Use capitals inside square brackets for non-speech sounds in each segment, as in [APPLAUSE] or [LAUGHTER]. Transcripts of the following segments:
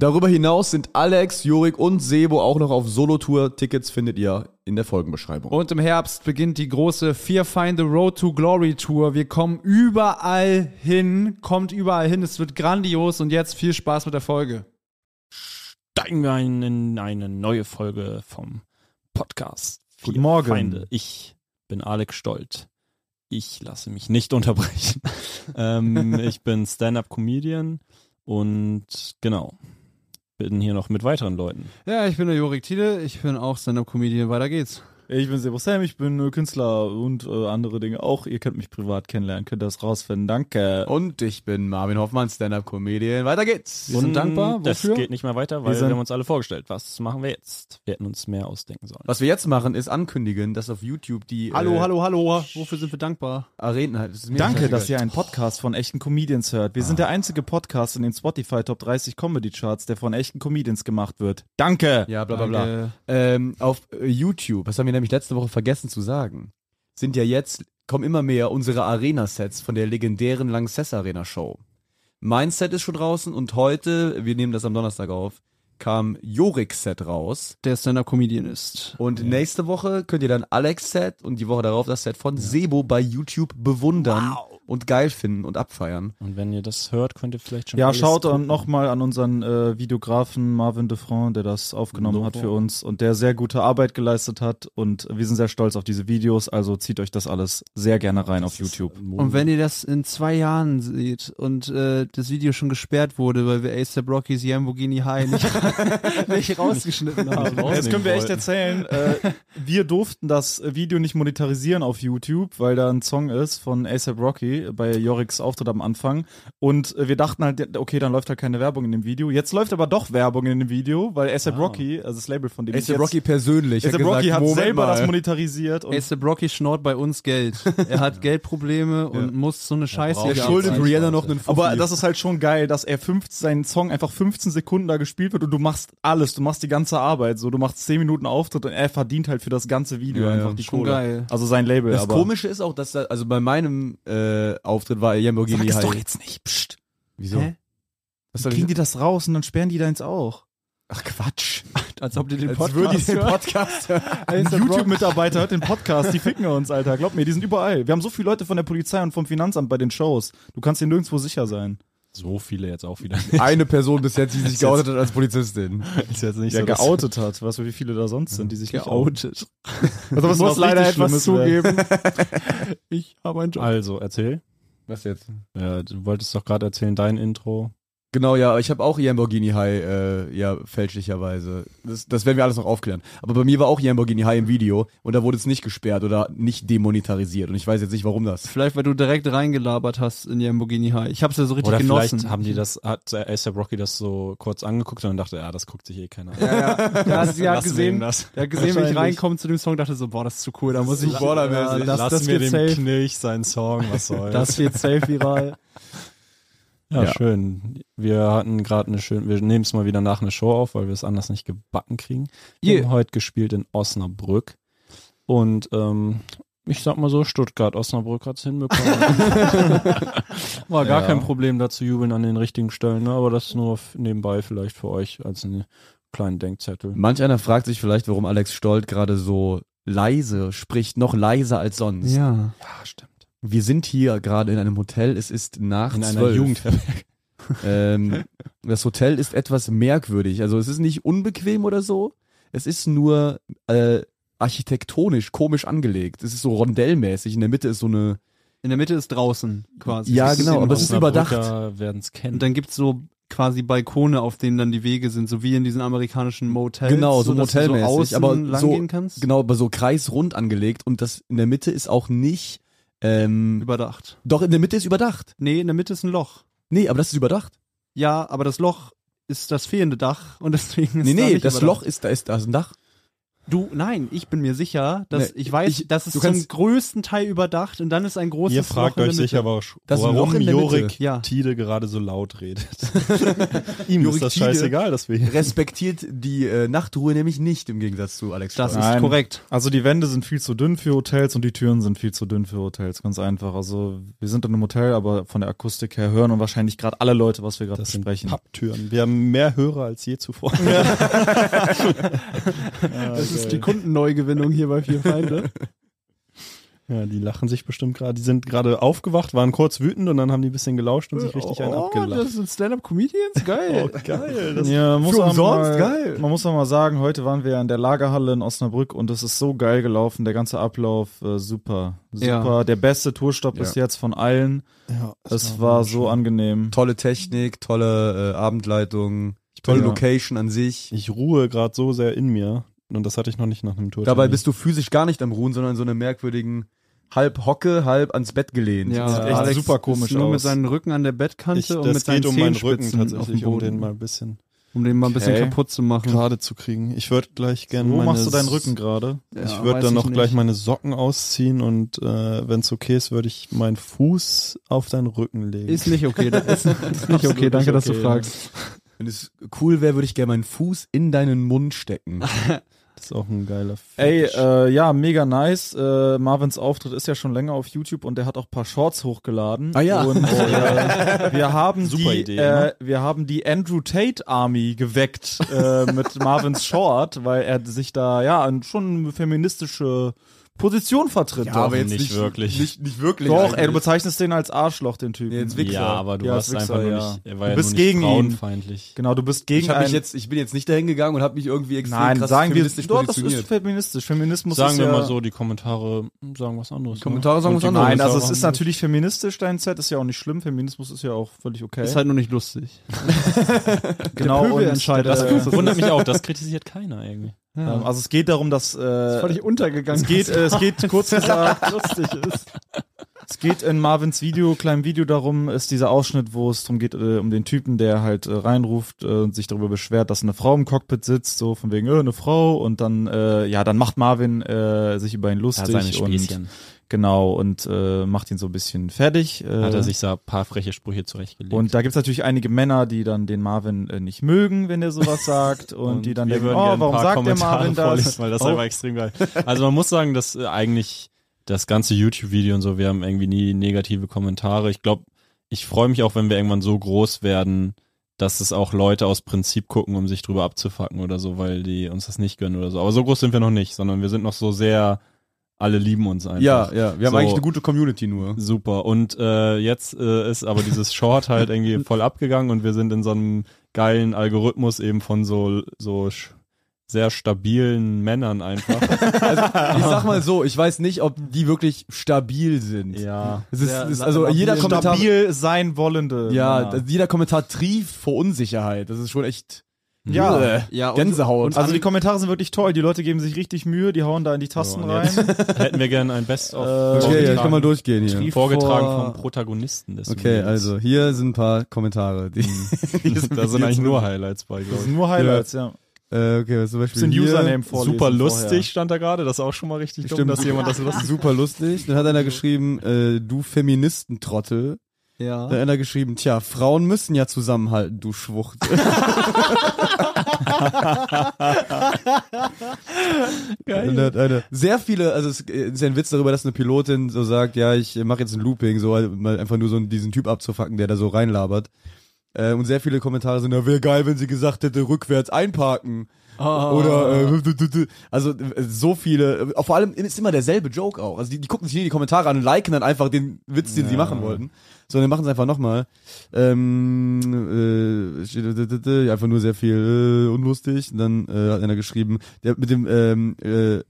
Darüber hinaus sind Alex, Jurik und Sebo auch noch auf Solo-Tour. Tickets findet ihr in der Folgenbeschreibung. Und im Herbst beginnt die große Fear Find the Road to Glory Tour. Wir kommen überall hin, kommt überall hin. Es wird grandios und jetzt viel Spaß mit der Folge. Steigen wir ein in eine neue Folge vom Podcast. Guten Morgen. Feinde. Ich bin Alex Stolt. Ich lasse mich nicht [LAUGHS] unterbrechen. ähm, ich bin Stand-up-Comedian und genau, bin hier noch mit weiteren Leuten. Ja, ich bin der Jorik Thiele, ich bin auch Stand-Up-Comedian. Weiter geht's. Ich bin Sebo Sam, ich bin äh, Künstler und äh, andere Dinge auch. Ihr könnt mich privat kennenlernen, könnt das rausfinden. Danke. Und ich bin Marvin Hoffmann, Stand-Up-Comedian. Weiter geht's. und sind dankbar. Das Wofür? geht nicht mehr weiter, weil wir, sind- haben uns alle vorgestellt. Was machen wir jetzt? Wir hätten uns mehr ausdenken sollen. Was wir jetzt machen, ist ankündigen, dass auf YouTube die äh, hallo, hallo. Wofür sind wir dankbar? Arenen halt. das ist mir Danke, scheißegal. dass ihr einen Podcast von echten Comedians hört. Ah. Wir sind der einzige Podcast in den Spotify Top 30 Comedy Charts, der von echten Comedians gemacht wird. Danke. Ja, bla bla bla. Ähm, auf äh, YouTube, das haben wir nämlich letzte Woche vergessen zu sagen, sind ja jetzt, kommen immer mehr unsere Arena-Sets von der legendären Lanxess Arena-Show. Mein Set ist schon draußen und heute, wir nehmen das am Donnerstag auf, kam Jorik's Set raus. Der Stand-Up-Comedian ist. Und nächste Woche könnt ihr dann Alex Set und die Woche darauf das Set von Sebo bei YouTube bewundern und geil finden und abfeiern. Und wenn ihr das hört, könnt ihr vielleicht schon Ja, alles schaut gucken. [LAUGHS] dann nochmal an unseren äh, Videografen Marvin Defrant, der das aufgenommen hat für uns und der sehr gute Arbeit geleistet hat. Und wir sind sehr stolz auf diese Videos, also zieht euch das alles sehr gerne rein auf YouTube. Und wenn ihr das in zwei Jahren seht und äh, das Video schon gesperrt wurde, weil wir ASAP Rockies Lamborghini High nicht, nicht rausgeschnitten haben. Das können wir echt [LAUGHS] erzählen. äh, wir durften das Video nicht monetarisieren auf YouTube, weil da ein Song ist von ASAP Rocky bei Joriks Auftritt am Anfang. Und äh, wir dachten halt, okay, dann läuft halt keine Werbung in dem Video. Jetzt läuft aber doch Werbung in dem Video, weil ASAP Rocky, also das Label von dem ich ASAP jetzt- Ah. Rocky persönlich. A$AP Rocky hat Moment selber mal. das monetarisiert und ASAP Rocky schnort bei uns Geld. Er hat Geldprobleme und muss so eine Scheiße. Er hier schuldet abziehen. Rihanna noch einen Aber Fuffi. das ist halt schon geil, dass er 15, seinen Song einfach 15 Sekunden da gespielt wird und du machst alles, du machst die ganze Arbeit, so du machst 10 Minuten Auftritt und er verdient halt für das ganze Video Ja, einfach ja, die schon Kohle. geil. Also sein Label, Das aber Komische ist auch, dass da, also bei meinem äh, Auftritt war Lamborghini Sag es High. doch jetzt nicht. Psst. Wieso? Hä? Was soll Kriegen ich? die das raus und dann sperren die deins auch. Ach [LAUGHS] Quatsch. Als ob die den Als würden die Podcast den hören. Podcast. hören. Ein [LAUGHS] YouTube-Mitarbeiter hört den Podcast, die ficken uns, Alter. Glaub mir, die sind überall. Wir haben so viele Leute von der Polizei und vom Finanzamt bei den Shows. Du kannst dir nirgendwo sicher sein. so viele jetzt auch wieder. [LAUGHS] Eine Person bis jetzt, die sich geoutet hat als [LAUGHS] Polizistin. ist jetzt nicht Der so, dass- geoutet hat. Weißt du, wie viele da sonst sind, die sich nicht geoutet. [LAUGHS] outen? Also, was muss was leider richtig etwas Schlimmes wäre. zugeben. [LAUGHS] ich habe einen Job. Also, erzähl. Was jetzt? Ja, du wolltest doch gerade erzählen, dein Intro. Genau, ja, ich habe auch Lamborghini High, äh, ja, fälschlicherweise. Das, das werden wir alles noch aufklären. Aber bei mir war auch Lamborghini High im Video und da wurde es nicht gesperrt oder nicht demonetarisiert. Und ich weiß jetzt nicht, warum das. Vielleicht, weil du direkt reingelabert hast in die Lamborghini High. Ich hab's ja so richtig Oder genossen. vielleicht haben die das, hat äh, ASAP Rocky das so kurz angeguckt und dann dachte, ja, das guckt sich eh keiner an. ja, sie hat Lassen wir ihm gesehen, das. der hat gesehen, wie ich Wahrscheinlich. reinkomme zu dem Song, dachte so, boah, das ist zu cool, da muss ich, zu bordermäßig. ja, das, Also, Lass das mir geht den safe, Knilch seinen Song, [LAUGHS] was soll das geht safe viral. Ja, Ja. schön. Wir hatten gerade eine schöne, wir nehmen es mal wieder nach einer Show auf, weil wir es anders nicht gebacken kriegen. Wir Yeah. haben heute gespielt in Osnabrück und ähm, ich sag mal so, Stuttgart, Osnabrück [LAUGHS] hat's hinbekommen. War gar Ja. kein Problem, da zu jubeln an den richtigen Stellen, ne? aber das nur f- nebenbei vielleicht für euch als einen kleinen Denkzettel. Manch einer fragt sich vielleicht, warum Alex Stolt gerade so leise spricht, noch leiser als sonst. Ja. Ja, stimmt. Wir sind hier gerade in einem Hotel. Es ist nach In einer 12. Jugendherberge. Ähm, das Hotel ist etwas merkwürdig. Also es ist nicht unbequem oder so. Es ist nur äh, architektonisch komisch angelegt. Es ist so rondellmäßig. In der Mitte ist so eine. In der Mitte ist draußen quasi. Ja, Das ist genau, in aber es ist Osnabrück. überdacht. Osnabrücker werden's kennen. Und dann gibt's so quasi Balkone, auf denen dann die Wege sind, so wie in diesen amerikanischen Motels. Genau, so dass du motelmäßig, außen aber lang so- gehen kannst. Genau, aber so kreisrund angelegt. Und das in der Mitte ist auch nicht. Ähm, Überdacht. doch, in der Mitte ist überdacht. Nee, in der Mitte ist ein Loch. Nee, aber das ist überdacht. Ja, aber das Loch ist das fehlende Dach und deswegen ist Nee, da nee, nicht das überdacht. Loch ist, da ist, da ist ein Dach. Du, nein, ich bin mir sicher, dass Nee, ich weiß, ich- dass es du zum kannst- größen Teil überdacht und dann ist ein großes Ihr fragt Loch in euch der Mitte. sicher, wa- Das Loch warum in der Mitte. Jorik Ja. Tide gerade so laut redet. Ihm Jorik ist das Tiede. scheißegal, [LAUGHS] dass wir hier Respektiert die äh, Nachtruhe nämlich nicht im Gegensatz zu Alex Das Stolz. Nein. ist korrekt. Also die Wände sind viel zu dünn für Hotels und die Türen sind viel zu dünn für Hotels, ganz einfach. Also wir sind in einem Hotel, aber von der Akustik her hören und wahrscheinlich gerade alle Leute, was wir gerade Das sind besprechen. Papptüren. Wir haben mehr Hörer als je zuvor. Also Das ist die Kundenneugewinnung hier bei Vier Feinde. Ja, die lachen sich bestimmt gerade. Die sind gerade aufgewacht, waren kurz wütend und dann haben die ein bisschen gelauscht und sich [LAUGHS] Oh, richtig einen abgelacht. Oh, sind Stand-Up-Comedians? Geil. geil. [LAUGHS] Ja, muss Für man umsonst? mal, Geil. Man muss auch mal sagen, heute waren wir ja in der Lagerhalle in Osnabrück und es ist so geil gelaufen. Der ganze Ablauf, äh, super. Super. Ja. Der beste Tourstopp bis jetzt von allen. ja, Es war so angenehm. Tolle Technik, tolle äh, Abendleitung, bin tolle ja- Location an sich. Ich ruhe gerade so sehr in mir und das hatte ich noch nicht nach einem Tour. Dabei bist du physisch gar nicht am Ruhen, sondern in so einer merkwürdigen halb Hocke, halb ans Bett gelehnt. Ja, sieht echt Alex super komisch ist nur mit aus. seinem Rücken an der Bettkante ich, das und mit seinen geht um meinen Rücken Zehenspitzen auf dem tatsächlich, um Boden, den mal ein bisschen um den mal ein bisschen Okay. kaputt zu machen. gerade zu kriegen. Ich würde gleich gerne. Wo meine machst du deinen S- Rücken gerade? Ich würde dann noch gleich meine Socken ausziehen und äh, wenn es okay ist, würde ich meinen Fuß auf deinen Rücken legen. Ist nicht okay. Das ist, ist nicht Absolut okay. Danke, nicht dass du okay, fragst. Wenn es cool wäre, würde ich gerne meinen Fuß in deinen Mund stecken. das ist auch ein geiler Ey, Fetisch. äh, ja, mega nice. Äh, Marvins Auftritt ist ja schon länger auf YouTube und der hat auch ein paar Shorts hochgeladen. Ah ja. [LAUGHS] Und äh, [LAUGHS] wir haben Super die, Idee, äh, ne? wir haben die Andrew Tate Army geweckt äh, [LAUGHS] mit Marvins Short, weil er sich da ja an- schon eine feministische Position vertritt. aber jetzt nicht wirklich. Also Nicht, nicht wirklich. Also Doch, ey, du eigentlich. bezeichnest den als Arschloch, den Typen. Ja, jetzt Wichser. Ja, aber du Ja, warst ist Wichser, einfach nur ja. nicht, er war Du ja bist nur nicht gegen ihn. frauenfeindlich. genau, du bist gegen ich, hab mich einen- jetzt, ich bin jetzt nicht dahin gegangen und habe mich irgendwie extrem Nein, krass sagen wir, feministisch doch, das ist positioniert. feministisch. Feminismus Sagen ist wir ja, mal so, die Kommentare sagen was anderes. Die Kommentare sagen ne? was Und die anderes. Nein, Kommentare also es haben ist natürlich feministisch, dein Set ist ja auch nicht schlimm. Feminismus ist ja auch völlig okay. Ist halt nur nicht lustig. genau, Pöbel und entscheidet. Das Das äh, Wundert mich auch, das kritisiert keiner irgendwie. Ähm, Also es geht darum, dass äh, untergegangen. es geht, äh, es geht kurz gesagt, [LAUGHS] lustig ist. Es geht in Marvins Video, kleinem Video darum, ist dieser Ausschnitt, wo es darum geht, äh, um den Typen, der halt äh, reinruft äh, und sich darüber beschwert, dass eine Frau im Cockpit sitzt, so von wegen, äh, eine Frau und dann, äh, ja, dann macht Marvin äh, sich über ihn lustig und genau und äh, macht ihn so ein bisschen fertig. Äh, Hat er sich so ein paar freche Sprüche zurechtgelegt. und da gibt's natürlich einige Männer, die dann den Marvin äh, nicht mögen, wenn der [LAUGHS] sowas sagt und, die dann wir denken, oh, würden gerne ein warum paar sagt der Kommentare Marvin das? vorlesen, Weil das Oh, war extrem geil. Also man muss sagen, dass äh, eigentlich das ganze YouTube-Video und so, wir haben irgendwie nie negative Kommentare. Ich glaube, ich freue mich auch, wenn wir irgendwann so groß werden, dass es auch Leute aus Prinzip gucken, um sich drüber abzufacken oder so, weil die uns das nicht gönnen oder so. Aber so groß sind wir noch nicht, sondern wir sind noch so sehr, alle lieben uns einfach. Ja, ja, wir haben So. eigentlich eine gute Community nur. Super. Und äh, jetzt äh, ist aber [LAUGHS] dieses Short halt irgendwie voll abgegangen und wir sind in so einem geilen Algorithmus eben von so, so sch- sehr stabilen Männern einfach. [LAUGHS] Ich sag mal so, ich weiß nicht, ob die wirklich stabil sind. ja. Es ist, Ja, es ist, also jeder Kommentar, stabil sein wollende. ja, Männer. also jeder Kommentar trieft vor Unsicherheit. Das ist schon echt Ja. Äh, Ja, und- Gänsehaut. und- also die Kommentare sind wirklich toll. Die Leute geben sich richtig Mühe, die hauen da in die Tasten und rein. jetzt Hätten wir gerne ein Best of Äh, okay, ja, ich kann mal vorgetragen, durchgehen hier. vorgetragen vor- vom Protagonisten des Okay, Videos. also hier sind ein paar Kommentare. Die, [LAUGHS] die diesem da sind Video eigentlich zu- nur Highlights bei, Das glaube ich. sind nur Highlights, ja. Äh, okay, was zum Beispiel Bisschen hier. Username vorlesen. Super lustig vorher. stand da gerade, das ist auch schon mal richtig dumm, Stimmt. dass jemand das lustig Super lustig. Dann hat einer geschrieben, äh, du Feministentrottel. Dann Ja. hat einer geschrieben, tja, Frauen müssen ja zusammenhalten, du Schwucht. [LAUGHS] Geil. Und dann hat einer, sehr viele, also es ist ja ein Witz darüber, dass eine Pilotin so sagt, ja, ich mache jetzt ein Looping, so halt mal einfach nur so diesen Typ abzufacken, der da so reinlabert. Äh, und sehr viele Kommentare sind, na, wäre geil, wenn sie gesagt hätte, rückwärts einparken. Oder äh, d- d- d- also äh, so viele, äh, vor allem ist immer derselbe Joke auch. Also die, die gucken sich nie die Kommentare an und liken dann einfach den Witz, den sie machen wollten, sondern machen es einfach nochmal. Ähm, äh, steht, d- d- d- einfach nur sehr viel äh, unlustig. Und dann äh, hat einer geschrieben, der mit dem ähm, äh,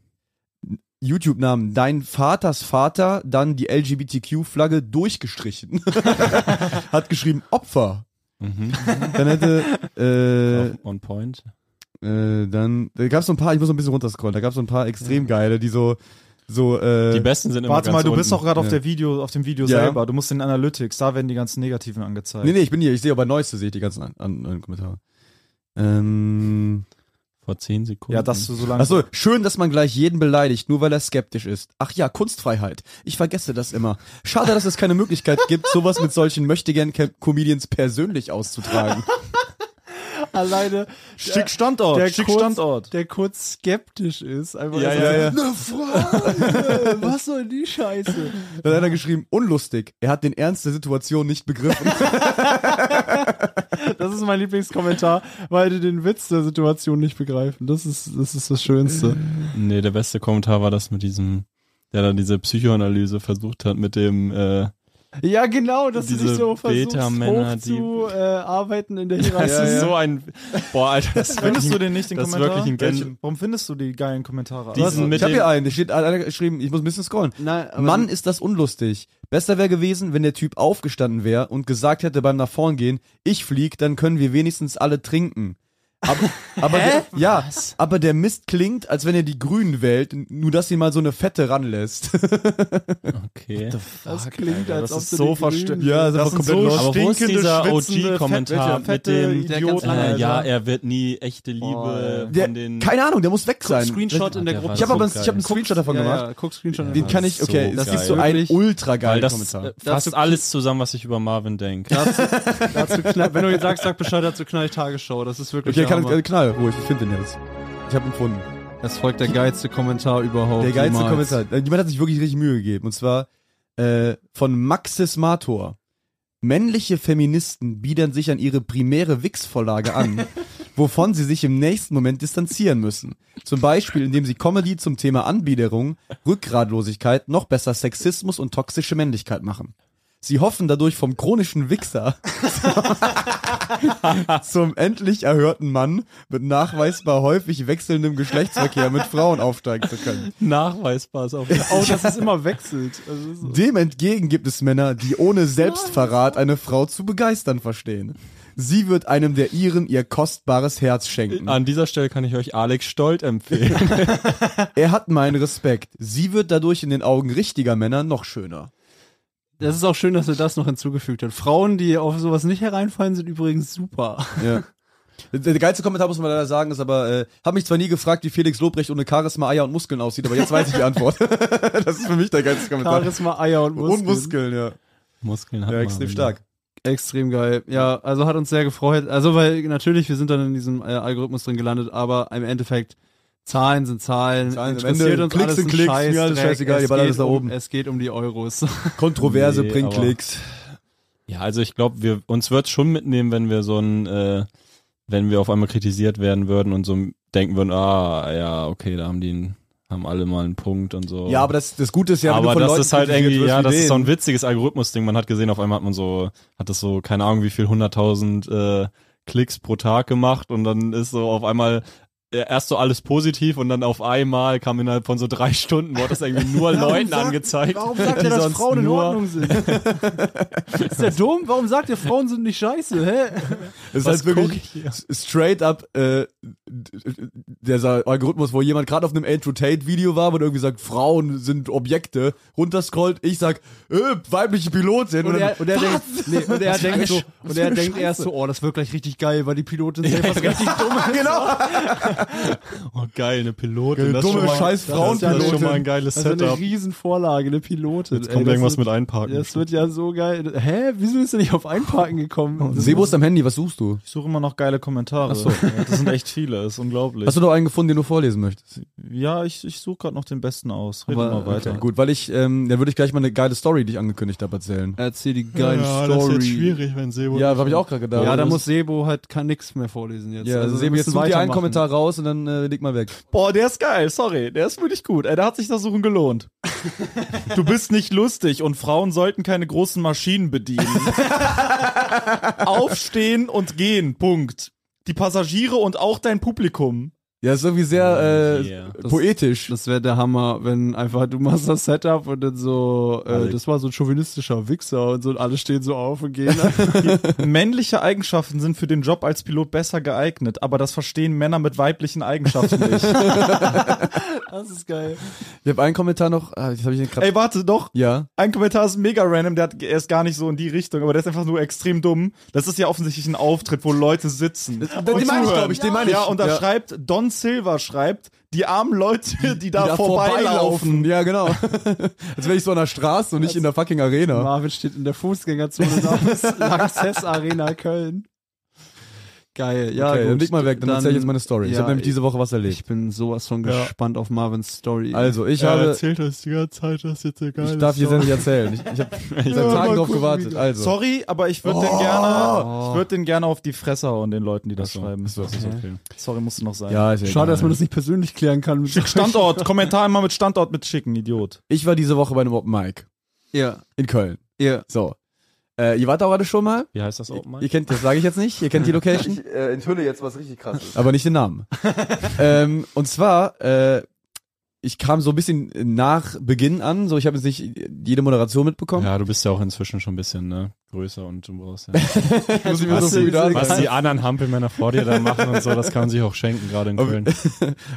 YouTube-Namen Dein Vaters Vater, dann die LGBTQ-Flagge durchgestrichen. [LAUGHS] hat geschrieben Opfer. mhm. Dann hätte äh, Auf- On point. äh, dann da gab es so ein paar, ich muss so ein bisschen runterscrollen, da gab es so ein paar extrem geile, die so, so, äh, Die besten sind immer Warte ganz mal, du unten. bist doch gerade auf Ja. der Video, auf dem Video Ja. selber. Du musst in Analytics, da werden die ganzen Negativen angezeigt. Nee, nee, ich bin hier, ich sehe aber Neueste, sehe ich die ganzen an, an, an Kommentare. Ähm, Vor zehn Sekunden. Ja, dass du so lange. Achso, schön, dass man gleich jeden beleidigt, nur weil er skeptisch ist. Ach ja, Kunstfreiheit. Ich vergesse das immer. Schade, dass es keine Möglichkeit gibt, sowas mit solchen möchtegern Comedians persönlich auszutragen. Alleine schick Standort, der schick kurz- Standort. der kurz skeptisch ist. Einfach Ja, so, ja, ja. "Ne Frage, [LAUGHS] was soll die Scheiße? Dann hat er geschrieben, unlustig. Er hat den Ernst der Situation nicht begriffen. Das ist mein Lieblingskommentar, weil die den Witz der Situation nicht begreifen. Das ist das, ist das Schönste. Nee, der beste Kommentar war das mit diesem, der da diese Psychoanalyse versucht hat mit dem, äh, Ja, genau, dass du Diese dich so versuchst, Beta-Männer, hoch die- zu äh, arbeiten in der das Hierarchie. ist so ein, boah, Alter, das ist Findest wirklich- du den nicht, den das ist Kommentar? wirklich ein Gen- Welchen? Warum findest du die geilen Kommentare? Diesen Also, mit ich hab dem- hier einen, da steht einer hat geschrieben, ich muss ein bisschen scrollen. Nein, aber Mann, ist das unlustig. Besser wäre gewesen, wenn der Typ aufgestanden wäre und gesagt hätte beim nach vorn gehen, ich flieg, dann können wir wenigstens alle trinken. Aber, aber der, ja, aber der Mist klingt, als wenn er die Grünen wählt, nur dass sie mal so eine Fette ranlässt. Okay. das klingt, Alter, als das ob ist du so den verstört. Grünen- Ja, das sind so Aber wo ist stinkende, dieser schwitzende, OG-Kommentar fette- fette mit dem- Der ganz Idioten, lange- Äh, Alter. ja, er wird nie echte Liebe Oh, von Der, den. keine Ahnung, der muss weg sein. Screenshot in der Der Gruppe. war Ich habe aber so ich hab einen geil. Screenshot davon ja, gemacht. Ja, guck Screenshot. Ja. Den kann Das ich, ist okay, so das geil. ist so ein Wirklich? ultra geiler Weil das Kommentar. äh, fasst Dazu- alles zusammen, was ich über Marvin denke. Dazu knall, wenn du jetzt sagst, sag Bescheid, dazu knall ich Tagesschau. Das ist wirklich Okay, kann Hammer. äh, knall, ruhig, ich finde den jetzt. Ich habe ihn gefunden. Das folgt der geilste Kommentar überhaupt. Der geilste jemals. Kommentar. Äh, Jemand hat sich wirklich richtig Mühe gegeben. Und zwar äh, von Maxis Mator. Männliche Feministen biedern sich an ihre primäre Wix-Vorlage an, wovon sie sich im nächsten Moment distanzieren müssen. Zum Beispiel, indem sie Comedy zum Thema Anbiederung, Rückgratlosigkeit, noch besser Sexismus und toxische Männlichkeit machen. Sie hoffen dadurch vom chronischen Wichser [LAUGHS] zum endlich erhörten Mann mit nachweisbar häufig wechselndem Geschlechtsverkehr mit Frauen aufsteigen zu können. [LAUGHS] Nachweisbar ist auch. Oh, dass es immer wechselt. Also, das ist- Dem entgegen gibt es Männer, die ohne Selbstverrat eine Frau zu begeistern verstehen. Sie wird einem der ihren ihr kostbares Herz schenken. An dieser Stelle kann ich euch Alex Stolt empfehlen. Er hat meinen Respekt. Sie wird dadurch in den Augen richtiger Männer noch schöner. das ist auch schön, dass er das noch hinzugefügt hat. Frauen, die auf sowas nicht hereinfallen, sind übrigens super. Ja. Der geilste Kommentar muss man leider sagen, ist aber, äh, hab mich zwar nie gefragt, wie Felix Lobrecht ohne Charisma, Eier und Muskeln aussieht, aber jetzt weiß ich die [LAUGHS] Antwort. das ist für mich der geilste Kommentar. Charisma, Eier und Muskeln. Und Muskeln, ja. Muskeln hat Ja, extrem Marvin. stark. Extrem geil. Ja, also hat uns sehr gefreut. Also, weil natürlich, wir sind dann in diesem äh, Algorithmus drin gelandet, aber im Endeffekt, Zahlen sind Zahlen. Zahlen sind Interessiert Ende. uns Klicks alles sind ein Klicks, Scheißdreck. mir alles scheißegal, Es ihr ballert geht es da um- oben. Es geht um die Euros. Kontroverse Nee, bringt aber- Klicks. Ja, also ich glaube, wir uns wird schon mitnehmen, wenn wir so ein, äh, wenn wir auf einmal kritisiert werden würden und so denken würden, ah, ja, okay, da haben die, einen- haben alle mal einen Punkt und so. Ja, Oh. aber das, das Gute ist ja, wenn aber du von das Leuten ist halt kritisiert irgendwie, wirst ja, wie das ist so denen. ein witziges Algorithmus-Ding. Man hat gesehen, auf einmal hat man so, hat das so, keine Ahnung, wie viel, 100.000 äh, Klicks pro Tag gemacht und dann ist so auf einmal äh, erst so alles positiv und dann auf einmal kam innerhalb von so drei Stunden, wurde das irgendwie [LAUGHS] nur Leuten sagt- angezeigt. Warum sagt die er, dass sonst Frauen in nur- Ordnung sind? ist der dumm? Warum sagt er, Frauen sind nicht scheiße? Hä? Es ist Was halt wirklich guck ich hier? straight up äh, der Sa- Algorithmus, wo jemand gerade auf einem Andrew Tate Video war und irgendwie sagt, Frauen sind Objekte, runterscrollt, ich sag, äh, weibliche Pilotin Und er, dann- und er denkt, nee, und er denkt, so, was und für er eine denkt erst so, oh, das wird gleich richtig geil, weil die Pilotin selbst was richtig dummes. genau, Oh geil, eine Pilotin. Das ist dumme schon mal- scheiß Das ist schon Frauenpilotin. mal ein geiles Das ist eine Setup. Riesenvorlage, eine Pilotin. Jetzt kommt das irgendwas wird, mit einparken. [LAUGHS] Das wird ja so geil. Hä? Wieso ist er nicht auf Einparken gekommen? Das Sebo ist am Handy, was suchst du? Ich suche immer noch geile Kommentare. Ja, Das sind echt viele, ist unglaublich. Hast du noch einen gefunden, den du vorlesen möchtest? ja, ich, ich suche gerade noch den besten aus. Reden wir Aber- mal weiter. Gut, weil ich, ähm, dann würde ich gleich mal eine geile Story, die ich angekündigt habe, erzählen. Erzähl die geile Story. wenn Sebo. Ja, habe ich auch gerade gedacht. Also, Ja, da muss Sebo halt kann nichts mehr vorlesen jetzt. ja, also wir Sebo, jetzt müssen such dir einen weitermachen. Kommentar raus und dann äh, leg mal weg. Boah, der ist geil, sorry. Der ist wirklich gut. Ey, der hat sich das Suchen gelohnt. du bist nicht lustig und Frauen sollten keine großen Maschinen bedienen. Aufstehen und gehen, Punkt. Die Passagiere und auch dein Publikum. Ja, ist irgendwie sehr äh, Yeah. Das- poetisch. Das wäre der Hammer, wenn einfach du machst das Setup und dann so, äh, Alle- das war so ein chauvinistischer Wichser und so und alle stehen so auf und gehen. Männliche Eigenschaften sind für den Job als Pilot besser geeignet, aber das verstehen Männer mit weiblichen Eigenschaften nicht. das ist geil. Ich habe einen Kommentar noch, ah, jetzt habe ich den gerade. Ey, warte doch. Ja. Ein Kommentar ist mega random, der, hat, er ist gar nicht so in die Richtung, aber der ist einfach nur extrem dumm. Das ist ja offensichtlich ein Auftritt, wo Leute sitzen. den meine ich, glaub ich, den meine ich. Ja, und da Ja. schreibt Don John Silver schreibt, die armen Leute, die da, Die da vorbeilaufen. Ja, genau. [LAUGHS] Als wäre ich so an der Straße und nicht in der fucking Arena. Marvin steht in der Fußgängerzone namens Lanxess Arena Köln. Geil, ja. okay, gut. dann leg mal weg, dann, erzähl ich jetzt meine Story. ich ja, habe nämlich diese Woche was Ich erlebt. bin sowas von gespannt auf Marvins Story. also, ich Er habe. erzählt uns die ganze Zeit, dass jetzt egal Ich darf hier sehr nicht erzählen. Ich, ich habe seit Tagen drauf gewartet. Also. Sorry, aber ich würde den gerne, ich würde den gerne auf die Fresse hauen, den Leuten, die das schreiben. Achso, das ist okay. Sorry, musste noch sein. Ja, ist ja egal. Schade, dass man das nicht persönlich klären kann. Mit Standort, Kommentar immer mit Standort mitschicken, Idiot. Ich war diese Woche bei einem Open Mic Ja, in Köln. ja. So. Äh, ihr wart da gerade schon mal? Wie heißt das auch Ihr, mal? ihr kennt, das sage ich jetzt nicht, ihr kennt die Location, äh, enthülle jetzt was richtig krasses. aber nicht [LAUGHS] den Namen. ähm, und zwar, äh, ich kam so ein bisschen nach Beginn an, so ich habe jetzt nicht jede Moderation mitbekommen. Ja, du bist ja auch inzwischen schon ein bisschen ne, größer und du [LAUGHS] brauchst ja. Muss ich mir was, so viel sagen. was die anderen Hampelmänner vor dir da machen und so, das kann man sich auch schenken, gerade in Auf- [LAUGHS] Köln.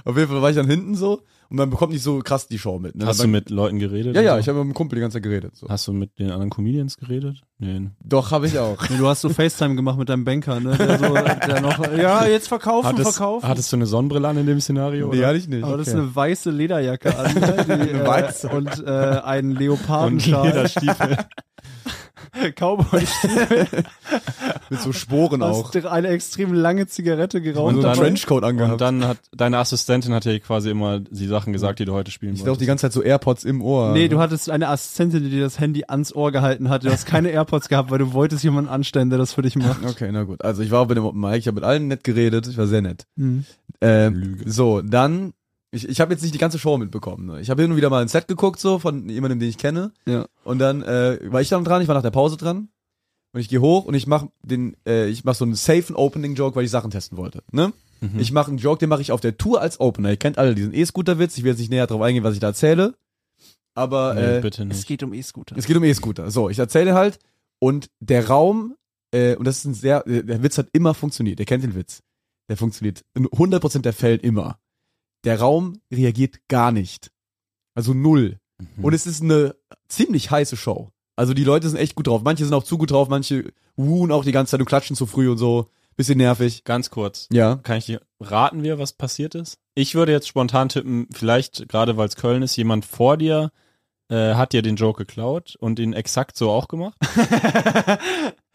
Auf jeden Fall war ich dann hinten so und man bekommt nicht so krass die Show mit. Ne? Hast du Dann- mit Leuten geredet? ja, und ja, so? ich habe mit einem Kumpel die ganze Zeit geredet. So. Hast du mit den anderen Comedians geredet? Nee. Doch, habe ich [LAUGHS] auch. Nee, du hast so FaceTime gemacht mit deinem Banker, ne? Der so, der [LAUGHS] noch, ja, jetzt verkaufen, Hattest, verkaufen. hattest du eine Sonnenbrille an in dem Szenario? nee, oder? hatte ich nicht. Aber das ist Okay. eine weiße Lederjacke [LAUGHS] an. ne? Die, äh, weiße. Und äh, einen und jeder [LAUGHS] Leopardenschal. Stiefel. [LAUGHS] Cowboy. mit so Sporen auch. Hast eine extrem lange Zigarette geraucht. Und so einen dann- Trenchcoat Und angehabt. dann hat deine Assistentin hat ja quasi immer die Sachen gesagt, die du heute spielen Ich glaube die wolltest. ganze Zeit so AirPods im Ohr. Nee, du hattest eine Assistentin, die dir das Handy ans Ohr gehalten hat. Du [LAUGHS] hast keine AirPods gehabt, weil du wolltest jemanden anstellen, der das für dich macht. Okay, na gut. Also ich war bei dem Open Mic, ich habe mit allen nett geredet, ich war sehr nett. Hm. Ähm, So, dann, ich, ich habe jetzt nicht die ganze Show mitbekommen. Ne? Ich habe hin und wieder mal ein Set geguckt, so von jemandem, den ich kenne. Ja. Und dann äh, war ich dann dran, ich war nach der Pause dran. Und ich gehe hoch und ich mache den, äh, ich mache so einen safen Opening-Joke, weil ich Sachen testen wollte. Ne? Ich mache einen Joke, den mache ich auf der Tour als Opener. Ihr kennt alle diesen E-Scooter-Witz. Ich will jetzt nicht näher drauf eingehen, was ich da erzähle. Aber Nee, äh, bitte nicht. geht um E-Scooter. es geht um E-Scooter. So, ich erzähle halt und der Raum, äh, und das ist ein sehr, äh, der Witz hat immer funktioniert. Ihr kennt den Witz. Der funktioniert in 100% der Fällen immer. Der Raum reagiert gar nicht. Also null. Mhm. Und es ist eine ziemlich heiße Show. Also die Leute sind echt gut drauf. Manche sind auch zu gut drauf, manche wuhen auch die ganze Zeit und klatschen zu früh und so. Bisschen nervig. Ganz kurz. Ja. Kann ich dir raten wir, was passiert ist? Ich würde jetzt spontan tippen, vielleicht gerade weil es Köln ist, jemand vor dir äh, hat dir den Joke geklaut und ihn exakt so auch gemacht.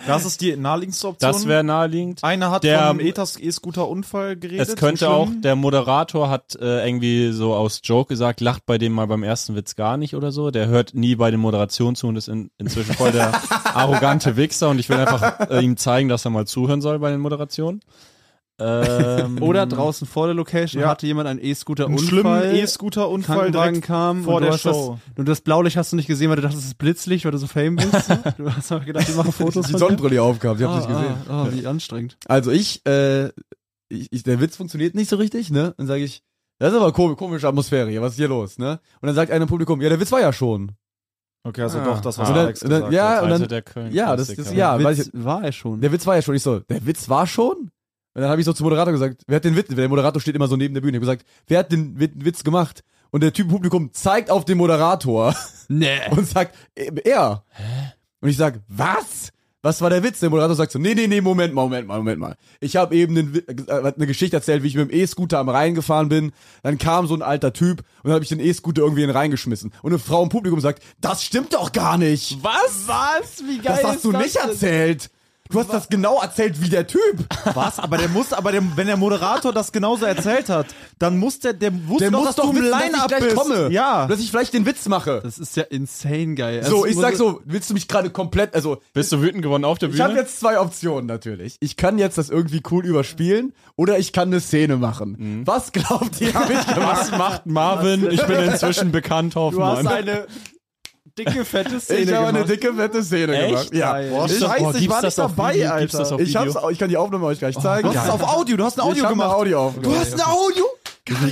Das ist die naheliegendste Option. Das wäre naheliegend. Einer hat Der- vom E-Scooter-Unfall geredet. Es könnte so auch, schlimm. der Moderator hat äh, irgendwie so aus Joke gesagt, lacht bei dem mal beim ersten Witz gar nicht oder so. Der hört nie bei den Moderationen zu und ist in, inzwischen voll der arrogante Wichser und ich will einfach äh, ihm zeigen, dass er mal zuhören soll bei den Moderationen. Ähm, Oder draußen vor der Location Mhm. Ja. hatte jemand einen einen schlimmen E-Scooter-Unfall. E-Scooter-Unfall Krankenwagen direkt kam vor und du der hast Show. Das, und das Blaulicht hast du nicht gesehen, weil du dachtest, es ist Blitzlicht, weil du so fame bist. ne? [LAUGHS] Du hast aber gedacht, die machen Fotos Die von dir. Sonnenbrille aufgehabt, ich ah, hab's nicht gesehen. Ah, ah, wie anstrengend. Also ich, äh, ich, ich, der Witz funktioniert nicht so richtig, ne? Dann sage ich, das ist aber komisch, komische Atmosphäre hier, was ist hier los, ne? Und dann sagt einer im Publikum, ja, der Witz war ja schon. Okay, also Ah. doch, das was Und dann- Alex und dann- gesagt ja, hat. und dann- Alte also der Köln ja, das- das- Klassiker. ja, weiß Witz war er schon. Der Witz war ja schon. Ich so, der Witz war schon? Und dann habe ich so zum Moderator gesagt, wer hat den Witz? Der Moderator steht immer so neben der Bühne. Ich habe gesagt, wer hat den Wit- Witz gemacht? Und der Typ im Publikum zeigt auf den Moderator nee. und sagt, "E- er. Und ich sag, was? Was war der Witz? Der Moderator sagt so, nee, nee, nee, Moment mal, Moment mal, Moment mal. Ich habe eben den, Wi- äh, eine Geschichte erzählt, wie ich mit dem E-Scooter am Rhein gefahren bin. Dann kam so ein alter Typ und dann habe ich den E-Scooter irgendwie in den Rhein geschmissen. Und eine Frau im Publikum sagt, das stimmt doch gar nicht. Was? Was? Wie geil Das hast du nicht erzählt. Du hast das genau erzählt wie der Typ. Was? Aber der muss, aber der, wenn der Moderator das genauso erzählt hat, dann muss der, der wusste Der doch, muss dass doch du im wissen, dass ich Line-Up gleich bist. komme. Ja. Dass ich vielleicht den Witz mache. Das ist ja insane geil. So, Also, ich muss- sag so, willst du mich gerade komplett, also Bist du wütend geworden auf der ich habe Bühne? jetzt zwei Optionen natürlich. Ich kann jetzt das irgendwie cool überspielen oder ich kann eine Szene machen. Mhm. Was glaubt ihr, hab [LAUGHS] ich gemacht? Was macht Marvin? Ich bin inzwischen bekannt, Du hast Hoffmann. eine [LAUGHS] dicke, fette Szene Ich habe eine gemacht. dicke, fette Szene Echt? gemacht. Ja. Geil. Boah, ich, scheiße, boah, ich gibt's war das nicht auf dabei, Video? Gibt's Alter. das auf ich, hab's, Video? ich kann die Aufnahme euch gleich zeigen. Oh, du hast es auf Audio, du hast ein ich Audio hab gemacht. Eine Audio aufgenommen. Du hast ein Audio?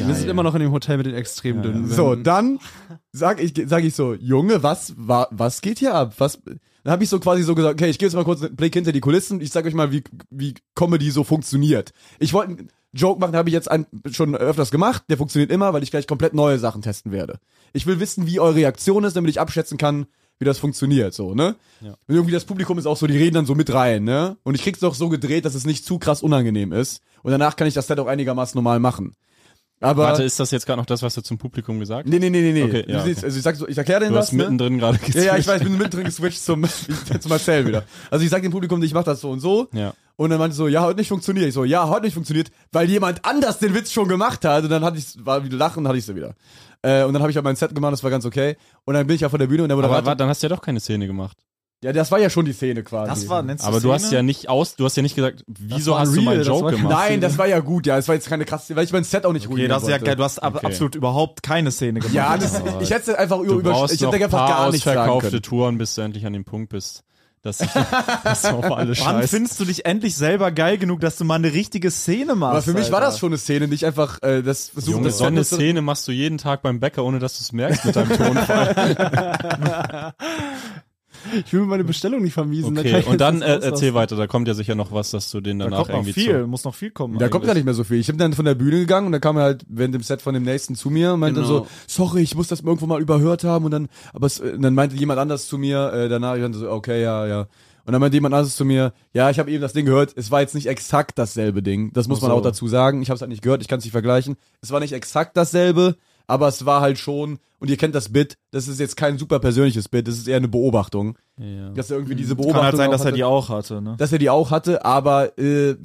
Wir sind immer noch in dem Hotel mit den extrem dünnen. So, Wänden. dann sag ich, sag ich so, Junge, was, wa, was geht hier ab? Was, dann habe ich so quasi so gesagt, okay, ich gebe jetzt mal kurz einen Blick hinter die Kulissen. Ich sag euch mal, wie, wie Comedy so funktioniert. Ich wollte einen Joke machen, habe ich jetzt einen, schon öfters gemacht. Der funktioniert immer, weil ich gleich komplett neue Sachen testen werde. Ich will wissen, wie eure Reaktion ist, damit ich abschätzen kann, wie das funktioniert, so, ne? Und irgendwie das Publikum ist auch so, die reden dann so mit rein, ne? Und ich krieg's doch so gedreht, dass es nicht zu krass unangenehm ist. Und danach kann ich das Set auch einigermaßen normal machen. Aber. Warte, ist das jetzt gerade noch das, was du zum Publikum gesagt hast? nee, nee, nee, nee, nee. Okay, ja, Du siehst- okay. Also ich, sag so, ich erkläre denen Du das. hast mittendrin gerade ne? gezwitscht. Ja, ja, ich weiß, ich bin mittendrin geswitcht [LAUGHS] zum, zum Erzählen wieder. Also ich sag dem Publikum, ich mach das so und so. Ja. Und dann meinte so, ja, heute nicht funktioniert. Ich so, ja, heute nicht funktioniert, weil jemand anders den Witz schon gemacht hat. Und dann hatte ich, war wieder Lachen, hatte ich sie wieder. Äh, und dann habe ich halt mein Set gemacht, das war ganz okay. Und dann bin ich ja von der Bühne und der Aber Moderator. warte, dann hast du ja doch keine Szene gemacht. ja, das war ja schon die Szene quasi. Das war, nennst Aber du hast ja nicht aus, du hast ja nicht gesagt, wieso war hast du real, meinen das war Joke gemacht? Nein, das war ja gut, ja. Es war jetzt keine krasse, weil ich mein Set auch nicht Okay, ruinieren das ist ja wollte. geil. Du hast ab, Okay. absolut überhaupt keine Szene gemacht. Ja, das, ich hätte es einfach Du über, über brauchst ich noch hätte ein einfach paar gar nichts sagen ausverkaufte können. Touren, bis du endlich an dem Punkt bist, [LAUGHS] dass ich das auf alle Wann scheiße. findest du dich endlich selber geil genug, dass du mal eine richtige Szene machst? Aber für mich Alter? war das schon eine Szene, die ich einfach äh, das versucht Junge, das so eine Set- Szene machst du jeden Tag beim Bäcker, ohne dass du es merkst mit [LAUGHS] deinem Tonfall. Ich will mir meine Bestellung nicht vermiesen. Okay, und dann äh, erzähl erzähl weiter, da kommt ja sicher noch was, dass du den Da danach kommt noch irgendwie viel, zu. muss noch viel kommen. Da kommt ja eigentlich. nicht mehr so viel. Ich bin dann von der Bühne gegangen und dann kam er halt während dem Set von dem nächsten zu mir und meinte Genau. so, sorry, ich muss das irgendwo mal überhört haben und dann, aber es, und dann meinte jemand anders zu mir, äh, danach, ich meinte so, okay, ja, ja. Und dann meinte jemand anders zu mir, ja, ich habe eben das Ding gehört, es war jetzt nicht exakt dasselbe Ding. Das muss Ach man so. auch dazu sagen. Ich habe es halt nicht gehört, ich kann es nicht vergleichen. Es war nicht exakt dasselbe, aber es war halt schon, und ihr kennt das Bit, das ist jetzt kein super persönliches Bit, das ist eher eine Beobachtung. Ja. Mhm. Dass er irgendwie diese Kann Beobachtung. halt sein, dass auch er hatte, die auch hatte, ne? dass er die auch hatte, aber äh, äh,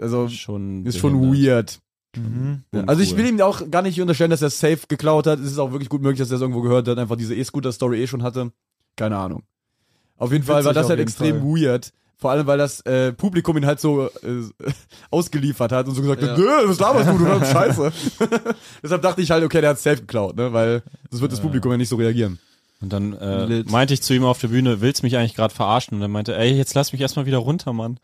also Schon ist schon behindert. weird. Mhm. Ja, Also ich Uncool. will ihm auch gar nicht unterstellen, dass er es safe geklaut hat. Es ist auch wirklich gut möglich, dass er es irgendwo gehört hat, einfach diese E-Scooter-Story eh schon hatte. Keine Ahnung. Auf jeden Fall Witzig war das auf halt jeden extrem Fall. weird. Vor allem, weil das äh, Publikum ihn halt so äh, [LAUGHS] ausgeliefert hat und so gesagt hat, nö, was laberst [LAUGHS] du, du warst scheiße. Deshalb dachte ich halt, okay, der hat safe geklaut, ne? weil sonst wird das Publikum ja nicht so reagieren. Und dann äh, meinte ich zu ihm auf der Bühne, willst mich eigentlich gerade verarschen? Und dann meinte er, ey, jetzt lass mich erstmal wieder runter, Mann.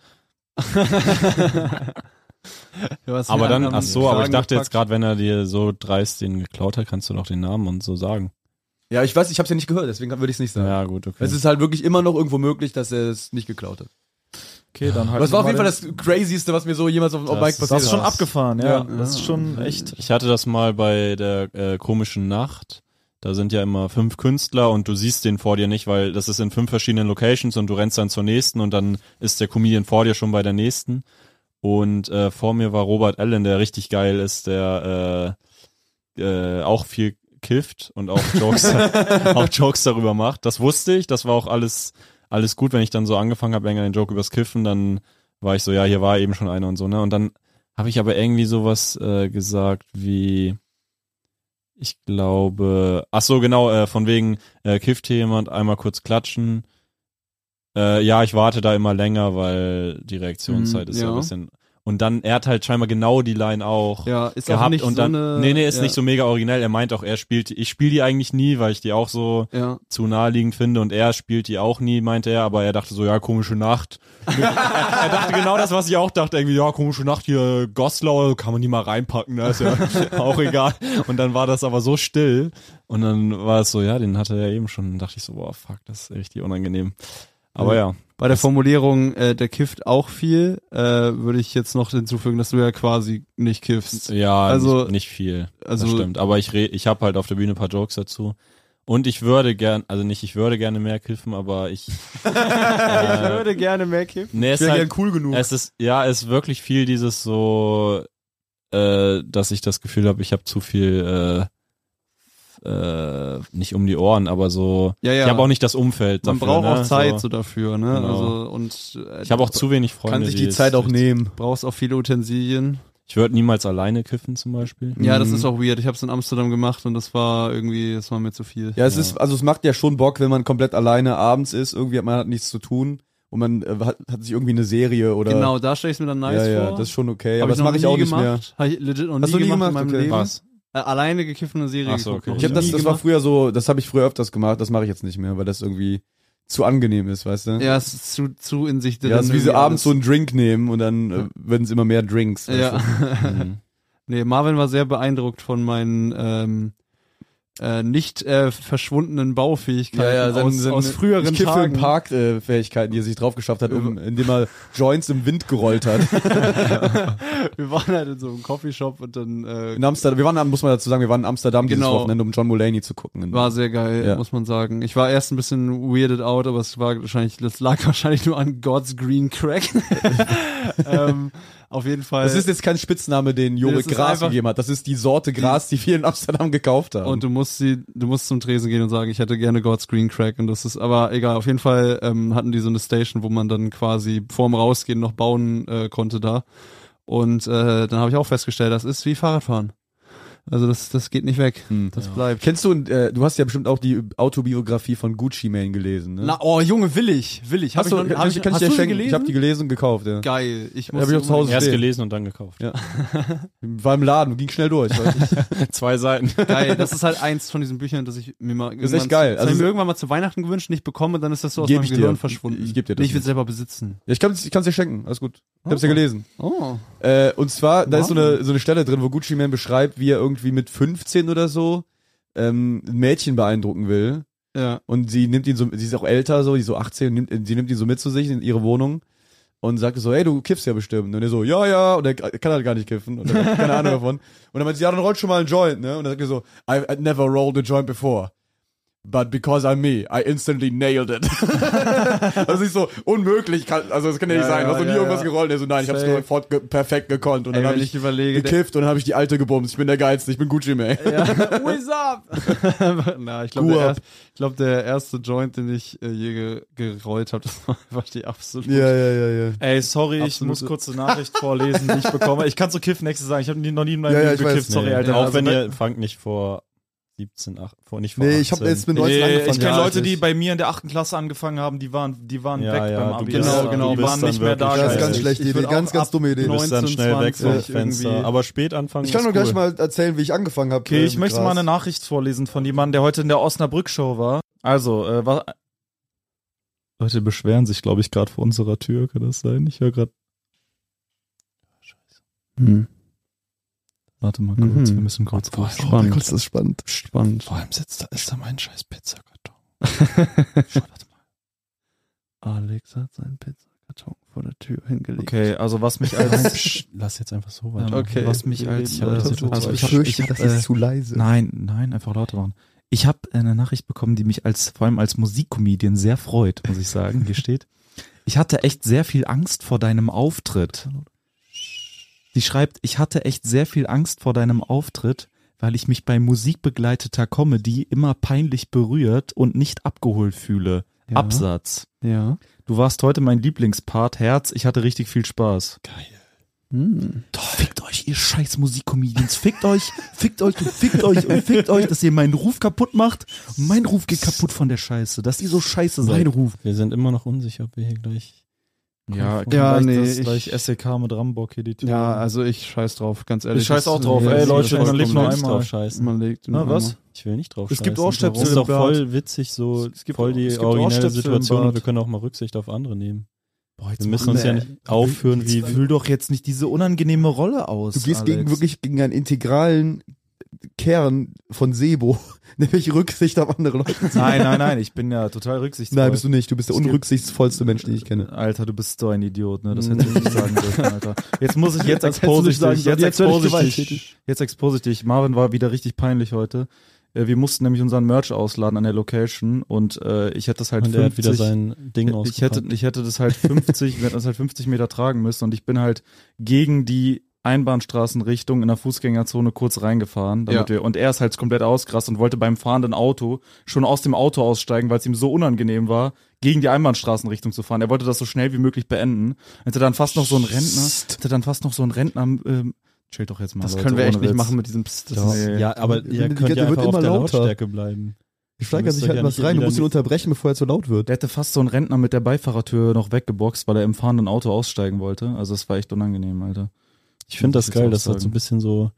Aber dann, ähm, ach so, aber ich dachte jetzt gerade, wenn er dir so dreist den geklaut hat, kannst du doch den Namen und so sagen. Ja, ich weiß, ich hab's ja nicht gehört, deswegen würde ich es nicht sagen. Ja, gut, okay. Es ist halt wirklich immer noch irgendwo möglich, dass er es nicht geklaut hat. Okay, dann halt. Aber es war auf jeden Fall mal das Crazieste, was mir so jemals auf dem Das Bike ist- passiert Das ist schon ist. abgefahren, ja. Ja. Das ist schon echt. Ich hatte das mal bei der äh, komischen Nacht. Da sind ja immer fünf Künstler und du siehst den vor dir nicht, weil das ist in fünf verschiedenen Locations und du rennst dann zur nächsten und dann ist der Comedian vor dir schon bei der nächsten. Und äh, vor mir war Robert Allen, der richtig geil ist, der äh, äh, auch viel kifft und auch Jokes, [LAUGHS] auch Jokes darüber macht. Das wusste ich, das war auch alles, alles gut, wenn ich dann so angefangen habe, länger den Joke übers Kiffen, dann war ich so, ja, hier war eben schon einer und so, ne? Und dann habe ich aber irgendwie sowas äh, gesagt wie, ich glaube, ach so, genau, äh, von wegen, äh, kifft hier jemand, einmal kurz klatschen. Äh, ja, ich warte da immer länger, weil die Reaktionszeit Mhm, ist ja ein ja. bisschen. Und dann, er hat halt scheinbar genau die Line auch Ja, ist auch gehabt nicht und so dann, eine, nee, nee, ist ja, nicht so mega originell. Er meint auch, er spielt, ich spiele die eigentlich nie, weil ich die auch so Ja. zu naheliegend finde und er spielt die auch nie, meinte er, aber er dachte so, ja, komische Nacht. [LAUGHS] er, er dachte genau das, was ich auch dachte, irgendwie, ja, komische Nacht hier, Goslar, kann man die mal reinpacken, ne? ist ja [LAUGHS] auch egal. Und dann war das aber so still und dann war es so, ja, den hatte er eben schon. Dann dachte ich so, boah, fuck, das ist richtig unangenehm. Aber ja, Bei der Formulierung, äh, der kifft auch viel, äh, würde ich jetzt noch hinzufügen, dass du ja quasi nicht kiffst. ja, also, Also- nicht, nicht viel. Also, das stimmt. Aber ich re ich habe halt auf der Bühne ein paar Jokes dazu. Und ich würde gern, also nicht, ich würde gerne mehr kiffen, aber ich. ich würde gerne mehr kiffen. Nee, Ich es ist wäre halt, gern cool genug. es ist, ja, es ist wirklich viel dieses so, äh, dass ich das Gefühl habe, ich habe zu viel, äh, äh, nicht um die Ohren, aber so. Ja, ja. Ich habe auch nicht das Umfeld. Man dafür, braucht ne? auch Zeit so, So, dafür, ne? Genau. Also und äh, ich habe auch zu wenig Freunde. Kann sich die es- Zeit auch nehmen. brauchst auch viele Utensilien. Ich würde niemals alleine kiffen zum Beispiel. Hm. Ja, Mhm. das ist auch weird. Ich habe es in Amsterdam gemacht und das war irgendwie, das war mir zu viel. Ja, es Ja. ist, also es macht ja schon Bock, wenn man komplett alleine abends ist. Irgendwie hat man hat nichts zu tun und man äh, hat, hat sich irgendwie eine Serie oder. genau, da stelle ich mir dann nice ja, ja, vor. das ist schon okay. Hab aber das noch mache ich nie auch nicht gemacht. mehr. Hab ich legit noch nie, Hast du nie gemacht, in gemacht? meinem Okay. Leben. Was? Äh, alleine gekiffene Serie Ach so, geguckt, okay. noch Ich habe nie das, das war gemacht. früher so, das habe ich früher öfters gemacht. Das mache ich jetzt nicht mehr, weil das irgendwie zu angenehm ist, weißt du? Ja, es ist zu, zu in sich drin. Ja, es ist wie so irgendwie abends so alles. einen Drink nehmen und dann äh, werden es immer mehr Drinks. weißt du? Ja. Mhm. [LAUGHS] nee, Marvin war sehr beeindruckt von meinen ähm, äh, nicht äh, verschwundenen Baufähigkeiten [LAUGHS] Ja, ja, seine- aus, seine- aus früheren ich kiffe Tagen. in Parkfähigkeiten, äh, Fähigkeiten, die er sich drauf geschafft hat, um, indem er Joints im Wind gerollt hat. Wir waren halt in so einem Coffeeshop und dann äh, In Amsterdam, wir waren, muss man dazu sagen, wir waren in Amsterdam dieses Genau. Wochenende, um John Mulaney zu gucken. war sehr geil, Ja. muss man sagen. Ich war erst ein bisschen weirded [LAUGHS] out, [LAUGHS] aber es war wahrscheinlich, das lag wahrscheinlich nur an God's Green Crack. ähm, Auf jeden Fall. Das ist jetzt kein Spitzname, den Jorik Das ist Gras einfach- gegeben hat. Das ist die Sorte Gras, die wir in Amsterdam gekauft haben. und du musst sie, du musst zum Tresen gehen und sagen, ich hätte gerne God's Green Crack und das ist, aber egal, auf jeden Fall ähm, hatten die so eine Station, wo man dann quasi vorm Rausgehen noch bauen äh, konnte da. Und äh, dann habe ich auch festgestellt, das ist wie Fahrradfahren. Also das, das geht nicht weg. Hm. Das bleibt. Kennst du, äh, du hast ja bestimmt auch die Autobiografie von Gucci Mane gelesen, ne? Na, oh Junge, will ich, will ich. Hab hast du, ich, noch- kann hab ich, ich- kann ich hast dir du sie schenken? gelesen? Ich habe die gelesen und gekauft, ja. Geil. Ich muss hab ich auch zu Hause unbedingt- Erst Verstehe. gelesen und dann gekauft. War im Laden, ging schnell durch. Weil [LAUGHS] ich, Zwei Seiten. Geil, das ist halt eins von diesen Büchern, das ich mir mal das echt geil. Das Also hab ich so- mir irgendwann mal zu Weihnachten gewünscht, nicht bekommen und dann ist das so aus Geb meinem ich dir. Gehirn verschwunden. Ich- ich geb dir das Ich will nicht. selber besitzen. ich kann es dir schenken, alles gut. Ich hab's ja gelesen. Oh. Äh, und zwar, da ist so eine, so eine Stelle drin, wo Gucci Mane beschreibt, wie er irgendwie mit 15 oder so ähm, ein Mädchen beeindrucken will. Ja. Und sie nimmt ihn so, sie ist auch älter, so, die ist so 18, und nimmt, sie nimmt ihn so mit zu sich in ihre Wohnung und sagt so, hey, du kiffst ja bestimmt. Und er so, ja, ja, und er kann halt gar nicht kiffen. Und er hat keine Ahnung davon. Und dann meint sie, ja, dann rollt schon mal einen Joint, ne? Und er sagt er so, I've I'd never rolled a joint before. But because I'm me, I instantly nailed it. [LAUGHS] also ich so, unmöglich, kann, also das kann ja nicht Ja, sein. ja, Hast du nie ja, irgendwas ja. gerollt? Er so, nein, ich hab's Safe. sofort ge perfekt gekonnt. Und Ey, dann hab wenn ich ich überlege, der- gekifft und dann hab ich die Alte gebumst. Ich bin der Geilste, ich bin Gucci Mane. What's up? [LAUGHS] Na, ich glaube, Guap. der, erst- ich glaub, der erste Joint, den ich äh, je ge gerollt habe, [LAUGHS] das war einfach die absolute. ja, ja, ja. Ey, sorry, ich Absolute. muss kurz eine Nachricht vorlesen, die ich bekomme. Ich kann so Kiffen nächste sagen. Ich habe noch nie in meinem Ja, ja, Leben ich weiß. gekifft. Sorry, Nee. Alter. auch Also, wenn ne- ihr fangt nicht vor 17, 8, vor nicht vor Nee, ich hab 18. jetzt mit 19 Nee, angefangen. ich kenne Ja, Leute, die ist- bei mir in der achten Klasse angefangen haben, die waren, die waren Ja, weg ja, beim du Abi. bist- Genau, genau. Die du waren bist nicht dann mehr da. wirklich Das ist Scheiße. ganz schlechte Ich Idee, würd ganz, auch ganz ab- dumme Idee. Du bist dann 19, schnell weg vom 20 Fenster. irgendwie. Aber spät anfangen Ich kann ist nur gleich cool. mal erzählen, wie ich angefangen habe. äh, Okay, ich möchte mal eine Nachricht vorlesen von jemandem, der heute in der Osnabrück-Show war. Also, äh, war. Leute beschweren sich, glaube ich, gerade vor unserer Tür. Kann das sein? Ich höre gerade. Hm. Warte mal kurz, Mhm. wir müssen kurz. Boah, Oh Spannend. mein Gott, ist das spannend. Spannend. Vor allem sitzt da, ist da mein scheiß [LAUGHS] Pizzakarton. Schau das mal. Alex hat seinen Pizzakarton vor der Tür hingelegt. Okay, also [LAUGHS] was mich als. Psst, Lass jetzt einfach so weiter. Okay. Was mich als. Ich hab das jetzt Äh, schon also zwei ich Ich hab, fürchte, ich hab, das ist äh, zu leise. Nein, nein, einfach lauter machen. Ich habe eine Nachricht bekommen, die mich als vor allem als Musikkomedian sehr freut, muss ich sagen. Hier steht: Ich hatte echt sehr viel Angst vor deinem Auftritt. Die schreibt: Ich hatte echt sehr viel Angst vor deinem Auftritt, weil ich mich bei musikbegleiteter Comedy immer peinlich berührt und nicht abgeholt fühle. Ja. Absatz. Ja. Du warst heute mein Lieblingspart, Herz. Ich hatte richtig viel Spaß. Hm. Fickt euch, ihr scheiß Musikcomedians. Fickt euch, fickt euch, und fickt euch und fickt euch, dass ihr meinen Ruf kaputt macht. Und mein Ruf geht kaputt von der Scheiße, dass ihr so scheiße seid. Ruf. Wir sind immer noch unsicher, ob wir hier gleich. Ja, nee, ich- SEK E mit Rambock hier die Tür. Ja, also ich scheiß drauf, ganz ehrlich. Ich scheiß Das- auch drauf. Ja, Ey, das Leute, ist dann leg vollkommen nur recht. einmal. drauf scheißen. Man legt Na, nur was? Ich will nicht drauf Es gibt scheißen. Ohrstöpsel Das ist doch im Bad. voll witzig, so Es gibt- voll die es gibt originelle Ohrstöpsel im Situation. Bad. Und wir können auch mal Rücksicht auf andere nehmen. Boah, Wir müssen uns ja nicht aufführen, wie. Fühl doch jetzt nicht diese unangenehme Rolle aus. Du gehst gegen wirklich gegen einen integralen Kern von Sebo, [LAUGHS] nämlich Rücksicht auf andere Leute. [LAUGHS] Nein, nein, nein, ich bin ja total rücksichtsvoll. Nein, bist du nicht. Du bist der Es gibt- unrücksichtsvollste Mensch, den ich kenne. Hm. Alter, du bist so ein Idiot, ne? Das hätte ich nicht [LAUGHS] sagen dürfen, Alter. Jetzt muss ich, jetzt expose ich dich. Jetzt expose ich dich. Jetzt expose ich dich. Marvin war wieder richtig peinlich heute. Äh, Wir mussten nämlich unseren Merch ausladen an der Location und äh, ich hätte das halt Und er hat 50, wieder sein Ding ich hätte, ausgepackt. ich hätte das halt 50, wir hätten das halt 50 Meter tragen müssen und ich bin halt gegen die Einbahnstraßenrichtung in der Fußgängerzone kurz reingefahren, damit wir, und er ist halt komplett ausgerast und wollte beim fahrenden Auto schon aus dem Auto aussteigen, weil es ihm so unangenehm war, gegen die Einbahnstraßenrichtung zu fahren. Er wollte das so schnell wie möglich beenden. Hätte dann fast noch so ein Rentner, hätte dann fast noch so ein Rentner, ähm, chill doch jetzt mal. Das Leute, können wir echt ohne nicht Witz. machen mit diesem Psst. Das Ja. ist, hätte- Ja, aber Wenn ihr die- könnt der ja wird einfach auf immer der lauter. Lautstärke bleiben. Ich steigere müsst sich euch halt ja was nicht rein. Du wieder musst ihn nicht- unterbrechen, bevor er zu laut wird. Der hätte fast so einen Rentner mit der Beifahrertür noch weggeboxt, weil er im fahrenden Auto aussteigen wollte. Also es war echt unangenehm, Alter. Ich finde Muss das ich geil, jetzt auch das hat so sagen. ein bisschen so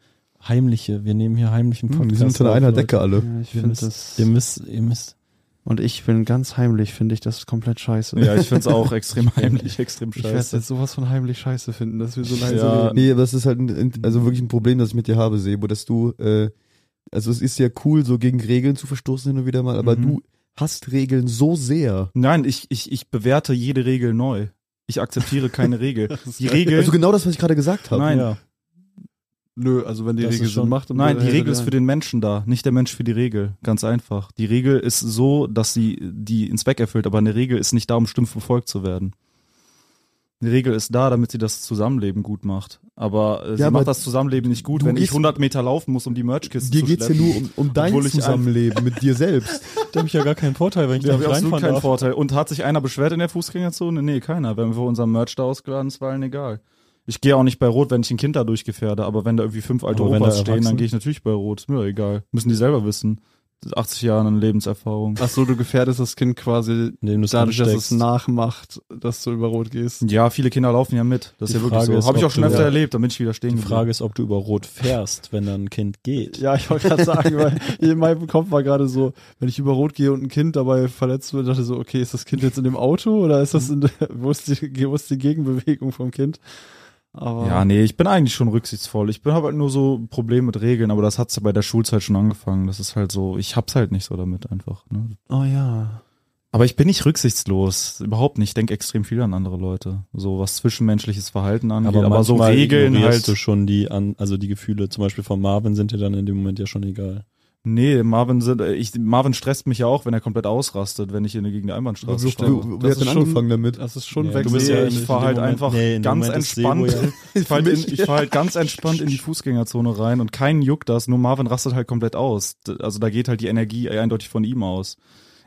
heimliche. Wir nehmen hier heimlichen Podcast. Hm, wir sind unter auf, einer Leute. Decke alle. ja, ich Wir finde müsst, das. ihr müsst, ihr müsst. [LAUGHS] Und ich bin ganz heimlich, finde ich das komplett scheiße. Ja, ich [LAUGHS] find's auch extrem heimlich, extrem Ich werde scheiße. jetzt sowas von heimlich scheiße finden, dass wir so leise Ja. reden. Nee, aber das ist halt ein, also wirklich ein Problem, das ich mit dir habe, Sebo, dass du, äh, also es ist ja cool, so gegen Regeln zu verstoßen hin und wieder mal, aber Mhm. du hasst Regeln so sehr. Nein, ich, ich, ich bewerte jede Regel neu. Ich akzeptiere [LAUGHS] keine Regel. Die Regel, Also genau das, was ich gerade gesagt habe. nein, Ja. Nö, also wenn die Das Regel ist Sinn schon- macht. und- nein, die Regel ist für Ja. den Menschen da, nicht der Mensch für die Regel. Ganz einfach. Die Regel ist so, dass sie die den Zweck erfüllt, aber eine Regel ist nicht da, um stumpf befolgt zu werden. Die Regel ist da, damit sie das Zusammenleben gut macht. Aber äh, sie Ja, aber macht das Zusammenleben nicht gut, du wenn ich gehst- 100 Meter laufen muss, um die Merchkiste Dir zu geht's ja schleppen. nur um, um dein Obwohl ich Zusammenleben mit dir selbst. Da habe ich ja gar keinen Vorteil, wenn ich Da da habe ich nicht absolut reinfahren keinen darf. Vorteil. Und hat sich einer beschwert in der Fußgängerzone? Nee, keiner. Wenn wir unseren Merch da ausgeladen ist, war allen egal. Ich gehe auch nicht bei Rot, wenn ich ein Kind da durchgefährde, aber wenn da irgendwie fünf alte Aber wenn Opas da stehen, dann Erwachsene- gehe ich natürlich bei Rot. Ist mir doch egal. Müssen die selber wissen. 80 Jahre an Lebenserfahrung. Ach so, du gefährdest das Kind quasi Indem du's dadurch, dass es ansteckst. nachmacht, dass du über Rot gehst. Ja, viele Kinder laufen ja mit. Das ist Die ja wirklich Frage so. ist, Habe ich ob auch schon du- öfter ja. erlebt, dann bin ich wieder stehen Die geblieben. Frage ist, ob du über Rot fährst, wenn dann ein Kind geht. [LAUGHS] Ja, ich wollte gerade sagen, weil in meinem Kopf war gerade so, wenn ich über Rot gehe und ein Kind dabei verletzt wird, dachte ich so, okay, ist das Kind jetzt in dem Auto oder ist das in der, [LAUGHS] wo ist die, wo ist die Gegenbewegung vom Kind? Aber Ja, nee, ich bin eigentlich schon rücksichtsvoll. Ich bin hab halt nur so ein Problem mit Regeln, aber das hat's ja bei der Schulzeit schon angefangen. Das ist halt so, ich hab's halt nicht so damit einfach. Ne? oh ja. Aber ich bin nicht rücksichtslos, überhaupt nicht. Ich denke extrem viel an andere Leute, so was zwischenmenschliches Verhalten angeht. Aber, so manchmal Regeln ignorierst halt. du schon die an, also die Gefühle zum Beispiel von Marvin sind dir dann in dem Moment ja schon egal. Nee, Marvin, sind, äh, ich, Marvin stresst mich ja auch, wenn er komplett ausrastet, wenn ich in gegen die Einbahnstraße stehe. Wer Das hat ist denn schon- angefangen damit? Das ist schon Nee, weg. du bist Nee, ja ich nicht in fahr dem halt Moment- einfach nee, in dem ganz Moment ist Sebo entspannt. [LAUGHS] Ich fahre halt, in- ich fahr halt ganz entspannt in die Fußgängerzone rein und keinen juckt das, nur Marvin rastet halt komplett aus. D- Also da geht halt die Energie eindeutig von ihm aus.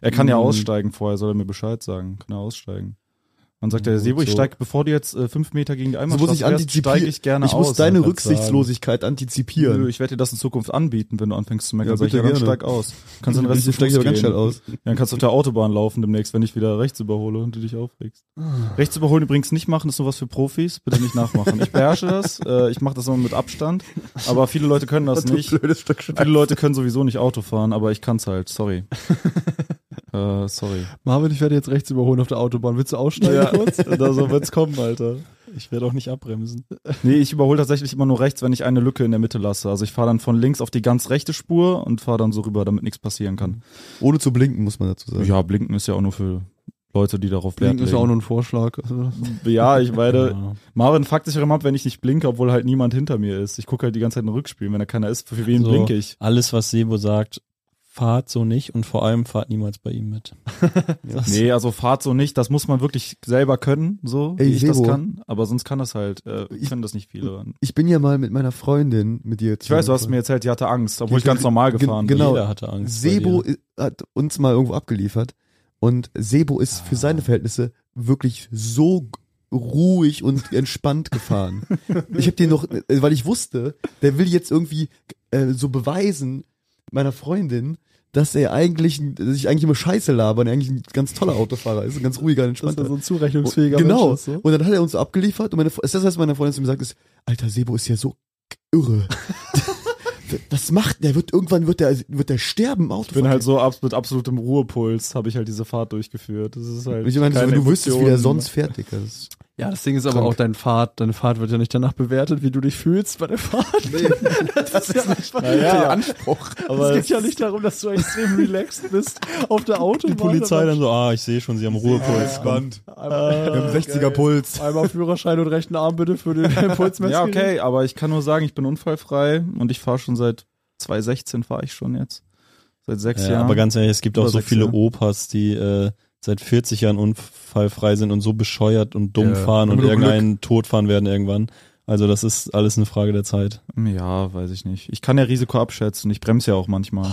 Er kann ja Mhm. aussteigen vorher, soll er mir Bescheid sagen. Kann er aussteigen. Dann sagt er, Gut Sebo, ich so. steig, bevor du jetzt äh, fünf Meter gegen die muss Einbahnstraße ich fährst, antizipieren. steige ich gerne Ich aus. muss deine Dann- Rücksichtslosigkeit Nö, antizipieren. ich werde dir das in Zukunft anbieten, wenn du anfängst zu meckern. Ja, Sag ich, bitte ja, dann gerne. steig aus. Kannst [LAUGHS] du den Rest Wieso zu steig Fuß ich aber ganz gehen. schnell aus. Dann kannst du auf der Autobahn laufen demnächst, wenn ich wieder rechts überhole und du dich aufregst. rechts überholen übrigens nicht machen, ist nur was für Profis. Bitte nicht nachmachen. Ich [LAUGHS] beherrsche das. Äh, ich mache das immer mit Abstand. Aber viele Leute können das nicht. blödes Stück Scheiße. Viele Leute können sowieso nicht Auto fahren, aber ich kann's [LAUGHS] halt. Sorry. äh, sorry. Marvin, ich werde jetzt rechts überholen auf der Autobahn. Willst du aussteigen kurz? da so wird's kommen, Alter. Ich werde auch nicht abbremsen. Nee, ich überhole tatsächlich immer nur rechts, wenn ich eine Lücke in der Mitte lasse. Also ich fahre dann von links auf die ganz rechte Spur und fahre dann so rüber, damit nichts passieren kann. Ohne zu blinken, muss man dazu sagen. Ja, blinken ist ja auch nur für Leute, die darauf Blinken Wert ist ja auch legen. nur ein Vorschlag. Also, [LAUGHS] Ja, ich meine, Ja. Marvin fuckt sich auch immer ab, wenn ich nicht blinke, obwohl halt niemand hinter mir ist. Ich gucke halt die ganze Zeit in den Rückspiel, wenn da keiner ist, für wen So. blinke ich? Alles, was Sebo sagt, fahrt so nicht und vor allem fahrt niemals bei ihm mit. Nee, also fahrt so nicht, das muss man wirklich selber können, so Ey, wie ich das Sebo. kann. Aber sonst kann das halt, äh, Ich- können das nicht viele. Ich bin ja mal mit meiner Freundin, mit dir. Ich weiß, du hast zusammen- mir erzählt, die hatte Angst, obwohl ich ganz normal Gen- gefahren genau. Jeder hatte Angst. bei Sebo dir. i- hat uns mal irgendwo abgeliefert und Sebo ist Ah. für seine Verhältnisse wirklich so g- ruhig [LAUGHS] und entspannt gefahren. Ich habe den noch, äh, weil ich wusste, der will jetzt irgendwie äh, so beweisen meiner Freundin, dass er eigentlich, ein- dass ich eigentlich immer Scheiße laber und er eigentlich ein ganz toller Autofahrer ist, ein ganz ruhiger, und dass entspannter. er also so ein zurechnungsfähiger genau. Mensch ist. So. Und dann hat er uns so abgeliefert und meine, Fre- ist das, was meine Freundin zu mir sagt, ist, Alter, Sebo ist ja so k- irre. [LAUGHS] Das macht, der wird irgendwann wird der wird der sterben im Auto. bin. Ich bin halt so abs- mit absolutem Ruhepuls, habe ich halt diese Fahrt durchgeführt. Das ist halt. Ich meine, so, keine wenn du wüsstest, wie Emotionen. der sonst fertig ist. Ja, das Ding ist aber Krank. auch dein Fahrt. Deine Fahrt wird ja nicht danach bewertet, wie du dich fühlst bei der Fahrt. [LAUGHS] das ist ja einfach Naja, Anspruch. aber es geht ja nicht darum, dass du extrem relaxed bist auf der Autobahn. Die Polizei dann so, ah, ich sehe schon, sie haben Ruhepuls. Entspannt. Einmal, Wir haben 60er Puls. einmal Führerschein und rechten Arm bitte für den [LAUGHS] Pulsmesser. Ja, okay, aber ich kann nur sagen, ich bin unfallfrei und ich fahre schon seit 2016 fahre ich schon jetzt. Seit sechs Ja, Jahren. aber ganz ehrlich, es gibt auch Oder so sechs viele Jahre. Opas, die äh, seit 40 Jahren unfallfrei sind und so bescheuert und dumm Ja, fahren und nur Glück. irgendeinen tot fahren werden irgendwann. Also das ist alles eine Frage der Zeit. ja, weiß ich nicht. Ich kann ja Risiko abschätzen. Ich bremse ja auch manchmal.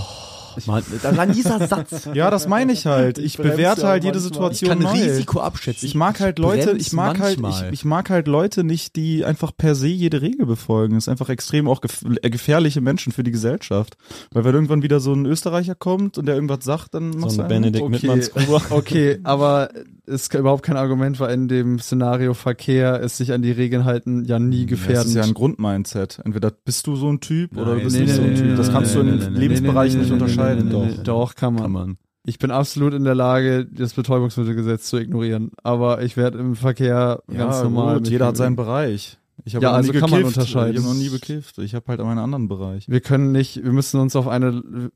Allein dieser Satz. ja, das meine ich halt. Ich, bremse bewerte ja halt jede manchmal. Ich Situation kann neu. Risiko abschätzen. Ich mag halt Leute, bremse ich mag halt, ich, manchmal. ich mag halt Leute nicht, die einfach per se jede Regel befolgen. Das ist einfach extrem auch gef äh, gefährliche Menschen für die Gesellschaft. Weil wenn irgendwann wieder so ein Österreicher kommt und der irgendwas sagt, dann machst So du ein einen- Benedikt Mittmanns Okay, aber ist überhaupt kein Argument, weil in dem Szenario Verkehr es sich an die Regeln halten ja nie Ja, Hm, Das gefährden. ist ja ein Grundmindset. Entweder bist du so ein Typ oder du Nein, bist nee, nicht so ein nee, Typ. nee, das kannst nee, du in nee, dem nee, Lebensbereich nee, nee, nicht nee, unterscheiden. nee, nee, nee, Doch. nee. Doch, kann man. Kann man. Ich bin absolut in der Lage, das Betäubungsmittelgesetz zu ignorieren, aber ich werde im Verkehr ganz ja, normal. gut, mit jeder hat umgehen. seinen Bereich. Ich habe Ja, auch also nie kann man gekifft. unterscheiden. Ich habe noch nie bekifft. Ich habe halt meinen anderen Bereich. Wir können nicht, wir müssen uns auf eine.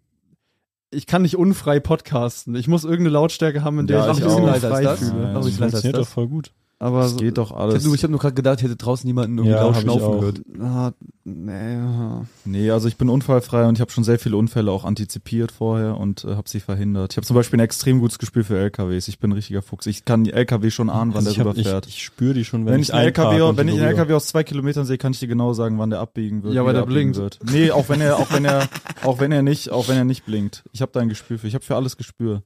Ich kann nicht unfrei podcasten. Ich muss irgendeine Lautstärke haben, in der Ja, ich ich mich auch. unfrei Leiser als das? fühle. Nein. Mach ich leiser als funktioniert das? doch voll gut. Aber Das geht doch Ich alles. hab nur, ich hab nur gerade gedacht, ich hätte draußen jemanden irgendwie Ja, laut hab ich schnaufen auch. Also gehört. Ah, nee, ja. Nee, also ich bin unfallfrei und ich habe schon sehr viele Unfälle auch antizipiert vorher und äh, habe sie verhindert. Ich habe zum Beispiel ein extrem gutes Gespür für LKWs. Ich bin ein richtiger Fuchs. Ich kann die LKW schon ahnen, wann Also ich der hab- rüberfährt. Ich, ich spüre die schon, wenn, Wenn, ich einen einpark LKW, und wenn ich einen rüber- LKW aus zwei Kilometern sehe, kann ich dir genau sagen, wann der abbiegen wird. Ja, wie weil der abbiegen blinkt. Wird. Nee, auch wenn er, auch wenn er, auch wenn er nicht, auch wenn er nicht blinkt. Ich habe da ein Gespür für. Ich habe für alles Gespür.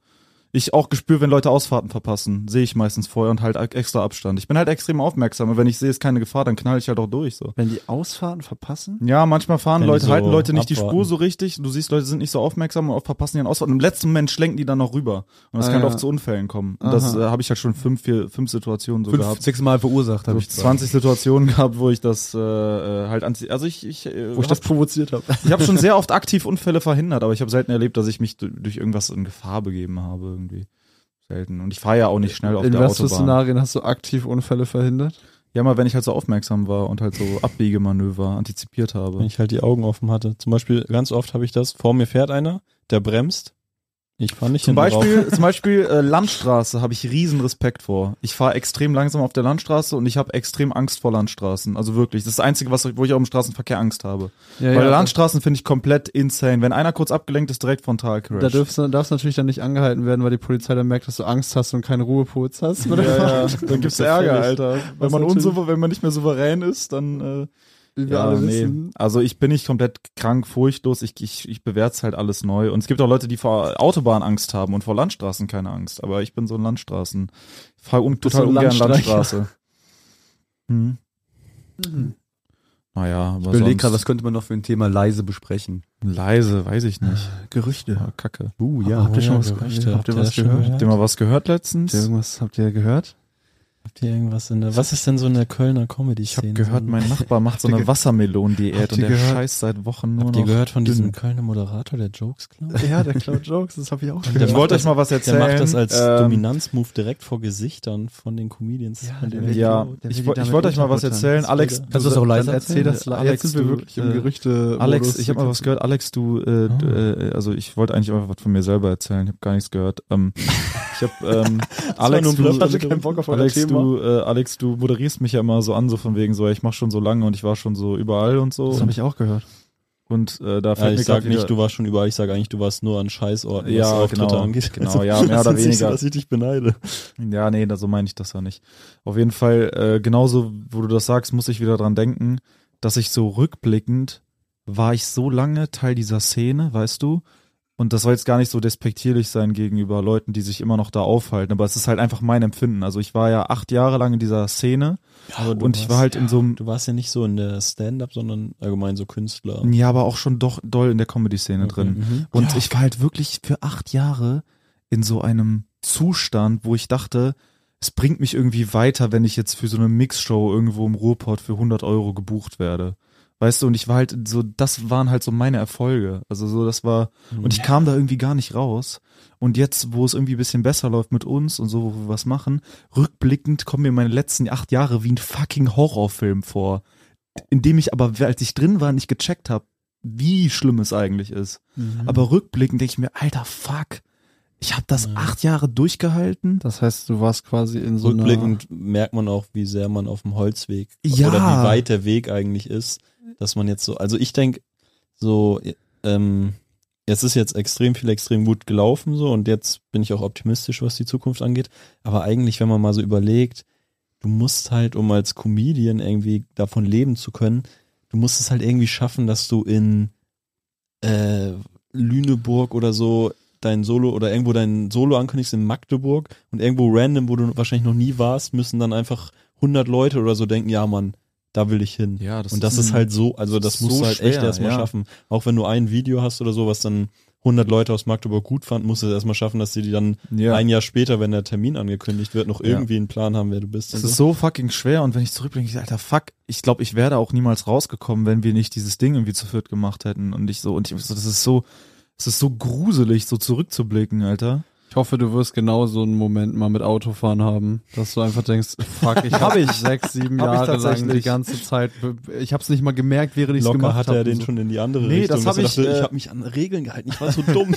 Ich auch Gespür, wenn Leute Ausfahrten verpassen, sehe ich meistens vorher und halt extra Abstand. Ich bin halt extrem aufmerksam und wenn ich sehe, ist keine Gefahr, dann knall ich halt auch durch so. Wenn die Ausfahrten verpassen? Ja, manchmal fahren Wenn die Leute, so halten Leute nicht die abwarten. Spur so richtig. Du siehst, Leute sind nicht so aufmerksam und verpassen ihren Ausfahrt. Und im letzten Moment schlenken die dann noch rüber. Und das Ah, kann ja. auch zu Unfällen kommen. Und das äh, habe ich halt schon fünf, vier, fünf Situationen so Fünf, gehabt. sechs Mal verursacht So habe ich. 20 Situationen gehabt, wo ich das äh, äh, halt anziehe. Also ich, ich, äh, hab, provoziert habe. ich habe schon sehr oft aktiv Unfälle verhindert, aber ich habe selten erlebt, dass ich mich du- durch irgendwas in Gefahr begeben habe irgendwie. Selten. Und ich fahre ja auch nicht schnell auf In der was für Autobahn. Szenarien hast du aktiv Unfälle verhindert? Ja, mal wenn ich halt so aufmerksam war und halt so Abbiegemanöver antizipiert wenn habe. ich halt die Augen offen hatte. Zum Beispiel, ganz oft habe ich das, vor mir fährt einer, der bremst. Ich fahre nicht Zum hinten drauf. Beispiel, zum Beispiel äh, Landstraße habe ich riesen Respekt vor. Ich fahre extrem langsam auf der Landstraße und ich habe extrem Angst vor Landstraßen. Also wirklich, das ist das Einzige, was, wo ich auch im Straßenverkehr Angst habe. Ja, Weil Landstraßen finde ich komplett insane. Wenn einer kurz abgelenkt ist, direkt frontal crash. Da darfst du darfst natürlich dann nicht angehalten werden, weil die Polizei dann merkt, dass du Angst hast und keinen Ruhepuls hast. ja, [LAUGHS] ja. Dann gibt's Ärger, Alter. Wenn Was man, natürlich- unsouver wenn man nicht mehr souverän ist, dann Wie äh, wir alle wissen. Also ich bin nicht komplett krank, furchtlos. Ich, ich, ich bewerte halt alles neu. Und es gibt auch Leute, die vor Autobahn Angst haben und vor Landstraßen keine Angst. Aber ich bin so ein Landstraßen. Ich fahre un bist so total ein ungern Landstreicher. Landstraße. Hm. Naja, aber Ich überlege sonst gerade, was könnte man noch für ein Thema leise besprechen? leise, weiß ich nicht. Gerüchte. Ah, Kacke. Uh, ja. habt ihr schon was Gerüchte, gehört? Habt ihr habt ihr was das schon gehört? gehört? Habt ihr mal was gehört letztens? Habt ihr irgendwas habt ihr gehört? Habt ihr irgendwas in der, was ist denn so in der Kölner Ich habe Comedy-Szene? gehört, So- mein Nachbar macht so Habt ihr eine ge- Wassermelonendiät Habt und ihr der gehört? scheißt seit Wochen nur Habt ihr noch. gehört von diesem Kölner Moderator, der Jokes klaut? Ja, der Cloud Jokes, das habe ich auch Der Ich gehört. macht wollte das- euch mal was Der erzählen. macht das als Ähm, Dominanzmove direkt vor Gesichtern von den Comedians. Ja, von denen der er Ja, klaut. Der will ich, die woll- ich damit wollte euch mal was unterbuttern. erzählen. Das Alex, würde- Kannst du das auch leise Dann erzähl erzählen? das live. Alex, Jetzt sind wir du, wirklich im äh, Gerüchte. Alex, ich habe mal was gehört. Alex, du, äh, d- äh, also ich wollte eigentlich einfach was von mir selber erzählen. Ich habe gar nichts gehört. Ähm, ich habe ähm, Alex, nur ein Bluff, du, hatte keinen Bock auf euer Alex, Thema. du, äh, Alex, du moderierst mich ja immer so an, so von wegen so, ich mache schon so lange und ich war schon so überall und so. Das habe ich auch gehört. und äh, da Ja, fällt mir ich sag gerade nicht, wieder- du warst schon überall, ich sag eigentlich, du warst nur an Scheißorten, was Ja, Auftritte genau, angeht. genau, [LAUGHS] Also, ja, mehr das oder ist nicht so, weniger. dass ich dich beneide. Ja, nee, da, so meine ich das ja nicht. Auf jeden Fall, äh, genauso, wo du das sagst, muss ich wieder dran denken, dass ich so rückblickend war ich so lange Teil dieser Szene, weißt du? Und das soll jetzt gar nicht so despektierlich sein gegenüber Leuten, die sich immer noch da aufhalten, aber es ist halt einfach mein Empfinden. Also ich war ja acht Jahre lang in dieser Szene Oh, und ich war halt in so einem, Du warst ja nicht so in der Stand-up, sondern allgemein so Künstler. ja, aber auch schon doch doll in der Comedy-Szene Okay, drin. mhm. Und ich war halt wirklich für acht Jahre in so einem Zustand, wo ich dachte, es bringt mich irgendwie weiter, wenn ich jetzt für so eine Mixshow irgendwo im Ruhrpott für 100 Euro gebucht werde. Weißt du, und ich war halt so, das waren halt so meine Erfolge. Also so, das war, Mhm. und ich kam da irgendwie gar nicht raus. Und jetzt, wo es irgendwie ein bisschen besser läuft mit uns und so, wo wir was machen, rückblickend kommen mir meine letzten acht Jahre wie ein fucking Horrorfilm vor. In dem ich aber, als ich drin war, nicht gecheckt habe, wie schlimm es eigentlich ist. Mhm. Aber rückblickend denke ich mir, alter Fuck, ich habe das Ja. acht Jahre durchgehalten. Das heißt, du warst quasi in so einer... Rückblickend merkt man auch, wie sehr man auf dem Holzweg Ja. oder wie weit der Weg eigentlich ist, dass man jetzt so, also ich denke, so, ähm, es ist jetzt extrem viel, extrem gut gelaufen so und jetzt bin ich auch optimistisch, was die Zukunft angeht. Aber eigentlich, wenn man mal so überlegt, du musst halt, um als Comedian irgendwie davon leben zu können, du musst es halt irgendwie schaffen, dass du in äh, Lüneburg oder so dein Solo oder irgendwo dein Solo ankündigst in Magdeburg und irgendwo random, wo du wahrscheinlich noch nie warst, müssen dann einfach 100 Leute oder so denken, ja Mann, da will ich hin. Ja, und das ist halt so, also das so musst du halt echt schwer, erstmal ja. schaffen. Auch wenn du ein Video hast oder so, was dann 100 Leute aus Magdeburg gut fanden, musst du es erstmal schaffen, dass die die dann ja. ein Jahr später, wenn der Termin angekündigt wird, noch Ja. irgendwie einen Plan haben, wer du bist. Das Also? und ist so fucking schwer und wenn ich zurückblicke, ich, alter Fuck, ich glaube, ich wäre da auch niemals rausgekommen, wenn wir nicht dieses Ding irgendwie zu viert gemacht hätten und ich so und ich so, das ist so, es ist so gruselig, so zurückzublicken, alter. Ich Ich hoffe, du wirst genau so einen Moment mal mit Autofahren haben, dass du einfach denkst, [LAUGHS] fuck, ich habe ich sechs, sieben Hab ich Jahre lang die tatsächlich. ganze Zeit, ich habe es nicht mal gemerkt, während ich es Locker gemacht hat er habe. den So. schon in die andere Nee, Richtung. das dass er hab ich, dachte, äh, ich habe mich an Regeln gehalten. Ich war [LAUGHS] so dumm.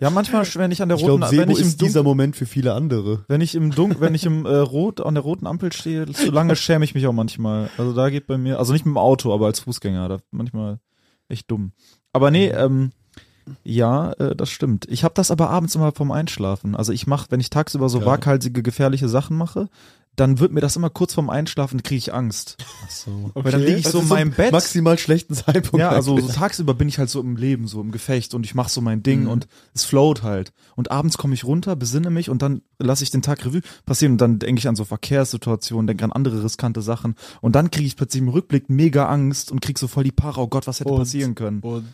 Ja, manchmal, wenn ich an der Ich roten, glaube, wenn Sebo ich im ist dieser Dunkeln, Moment für viele andere. wenn ich im Dunkeln, wenn ich im äh, rot an der roten Ampel stehe, so lange schäme ich mich auch manchmal. Also da geht bei mir, also nicht mit dem Auto, aber als Fußgänger, da manchmal echt dumm. Aber nee, ähm, ja, äh, das stimmt. Ich habe das aber abends immer vorm Einschlafen. Also ich mache, wenn ich tagsüber so waghalsige, gefährliche Sachen mache, dann wird mir das immer kurz vorm Einschlafen, kriege ich Angst. Weil dann liege ich Das so ist in so meinem Bett. Maximal schlechten Zeitpunkt. [LAUGHS] Ja, also so eigentlich. tagsüber bin ich halt so im Leben, so im Gefecht und ich mache so mein Ding und es float halt. Und abends komme ich runter, besinne mich und dann lasse ich den Tag Revue passieren und dann denke ich an so Verkehrssituationen, denke an andere riskante Sachen und dann kriege ich plötzlich im Rückblick mega Angst und krieg so voll die Para, oh Gott, was hätte Und- passieren können. Und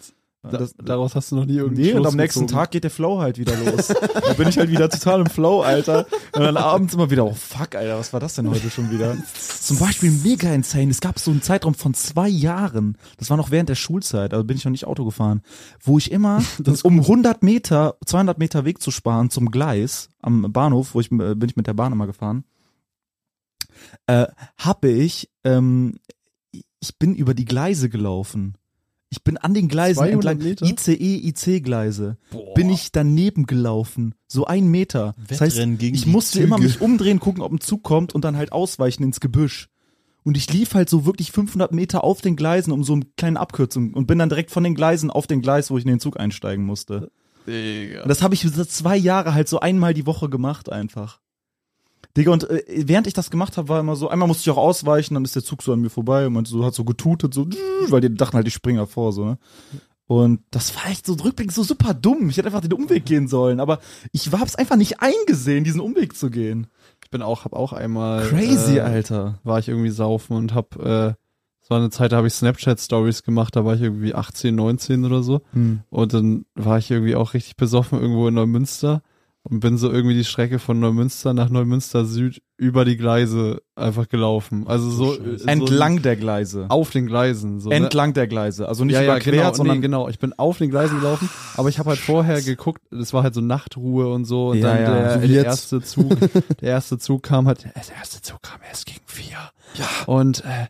da, Das- daraus hast du noch nie irgendwie. Nee, und am nächsten Tag geht der Flow halt wieder los. da bin ich halt wieder total im Flow, Alter. Und dann abends immer wieder, oh fuck, Alter, was war das denn heute schon wieder? Zum Beispiel mega insane. Es gab so einen Zeitraum von zwei Jahren, das war noch während der Schulzeit, also bin ich noch nicht Auto gefahren, wo ich immer, um 100 Meter, 200 Meter Weg zu sparen zum Gleis am Bahnhof, wo ich äh, bin ich mit der Bahn immer gefahren, äh, habe ich, ähm, ich bin über die Gleise gelaufen. Ich bin an den Gleisen 200 entlang, E, Meter? ICE, IC-Gleise, bin ich daneben gelaufen, so ein Meter. Das heißt, Wettrennen gegen ich die musste immer Züge. mich umdrehen, gucken, ob ein Zug kommt und dann halt ausweichen ins Gebüsch. Und ich lief halt so wirklich 500 Meter auf den Gleisen um so eine kleine Abkürzung und bin dann direkt von den Gleisen auf den Gleis, wo ich in den Zug einsteigen musste. Und das habe ich seit zwei Jahre halt so einmal die Woche gemacht einfach. Digga, und äh, während ich das gemacht habe, war immer so, einmal musste ich auch ausweichen, dann ist der Zug so an mir vorbei und man so, hat so getutet, so, weil die dachten halt, ich springe davor, so, ne? Und das war echt so rückblickend so super dumm. Ich hätte einfach den Umweg gehen sollen, aber ich hab's einfach nicht eingesehen, diesen Umweg zu gehen. Ich bin auch, hab auch einmal. Crazy, äh, Alter. war ich irgendwie saufen und hab, äh, es war eine Zeit, da habe ich Snapchat-Stories gemacht, da war ich irgendwie 18, 19 oder so. Hm. Und dann war ich irgendwie auch richtig besoffen irgendwo in Neumünster und bin so irgendwie die Strecke von Neumünster nach Neumünster Süd über die Gleise einfach gelaufen. Also so, so Oh, Entlang der Gleise. auf den Gleisen. So, ne? Entlang der Gleise. Also nicht ja, ja, überquert, genau, nee, sondern genau. Ich bin auf den Gleisen gelaufen, aber ich habe halt vorher geguckt, das war halt so Nachtruhe und so und Ja, dann ja, der, so wie der jetzt. erste Zug, der erste Zug kam halt, der erste Zug kam erst gegen vier. Ja. Und äh,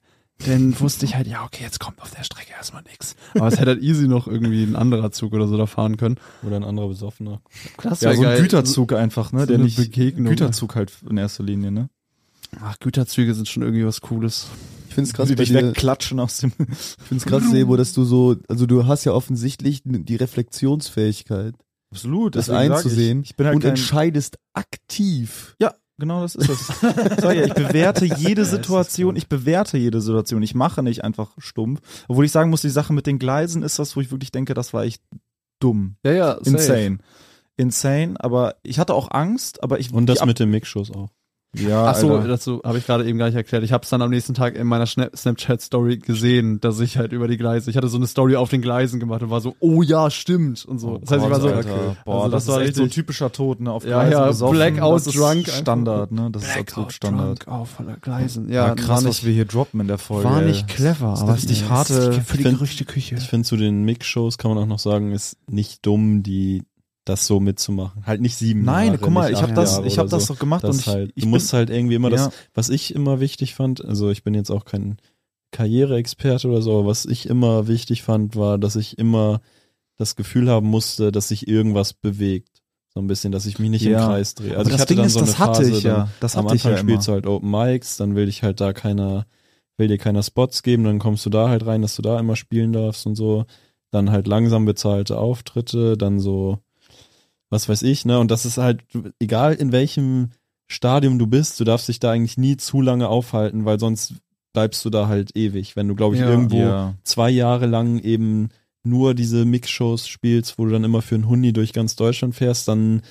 dann wusste ich halt, ja, okay, jetzt kommt auf der Strecke erstmal nix. Aber es hätte halt easy noch irgendwie ein anderer Zug oder so da fahren können. Oder ein anderer Besoffener. Das ja, wär so ein geil. Güterzug einfach, ne? so Der eine nicht Begegnung. Güterzug halt in erster Linie, ne? Ach, Güterzüge sind schon irgendwie was Cooles. ich finde es krass, Krass, die bei dich dir, wegklatschen aus dem. ich find's krass, Sebo, dass du so, also du hast ja offensichtlich n- die Reflexionsfähigkeit, Absolut, das deswegen sag einzusehen Ich, ich bin halt und kein, entscheidest aktiv. Ja, genau das ist es. so, ja, ich [LAUGHS] bewerte jede Situation, ich bewerte jede Situation. Ich mache nicht einfach stumpf. Obwohl ich sagen muss, die Sache mit den Gleisen ist das, wo ich wirklich denke, das war echt dumm. Ja, ja, safe. Insane. Insane, aber ich hatte auch Angst, aber ich. Und das die, mit dem Mixschuss auch. Ja, Ach so, Alter. dazu habe ich gerade eben gar nicht erklärt. Ich habe es dann am nächsten Tag in meiner Schna- Snapchat-Story gesehen, dass ich halt über die Gleise, ich hatte so eine Story auf den Gleisen gemacht und war so, oh ja, stimmt und so. das heißt, ich war so, Oh Alter, boah, also das, das war ist echt so ein richtig- typischer Tod, ne? Auf Ja, Gleisen ja, besoffen. Blackout das ist drunk einfach. Standard, ne? Das ist Blackout absolut Standard. drunk auf voller Gleisen. Ja, Ja, krass, war was nicht, wir hier droppen in der Folge. war ey. nicht clever, ist aber richtig nee, harte- das ist für die Ich find- Gerüchteküche. Ich finde, zu den Mix-Shows kann man auch noch sagen, ist nicht dumm, die das so mitzumachen. Halt nicht sieben Nein, Jahre, guck mal, nicht ich habe acht das, Jahre ich habe oder das so. doch gemacht Das und ich, halt, ich du musst halt irgendwie immer ja. das, was ich immer wichtig fand, also ich bin jetzt auch kein Karriereexperte oder so, aber was ich immer wichtig fand, war, dass ich immer das Gefühl haben musste, dass sich irgendwas bewegt. So ein bisschen, dass ich mich nicht Ja. im Kreis drehe. Also Aber ich hatte dann so eine das hatte Phase, ich dann- ja. Das am hatte ich Anfang ja immer. spielst du halt Open Mics, dann will dich halt da keiner, will dir keiner Spots geben, dann kommst du da halt rein, dass du da immer spielen darfst und so. Dann halt langsam bezahlte Auftritte, dann so, was weiß ich, ne? Und das ist halt, du- egal in welchem Stadium du bist, du darfst dich da eigentlich nie zu lange aufhalten, weil sonst bleibst du da halt ewig. Wenn du, glaube ich, Ja. irgendwo Ja. zwei Jahre lang eben nur diese Mix-Shows spielst, wo du dann immer für einen Hundi durch ganz Deutschland fährst, dann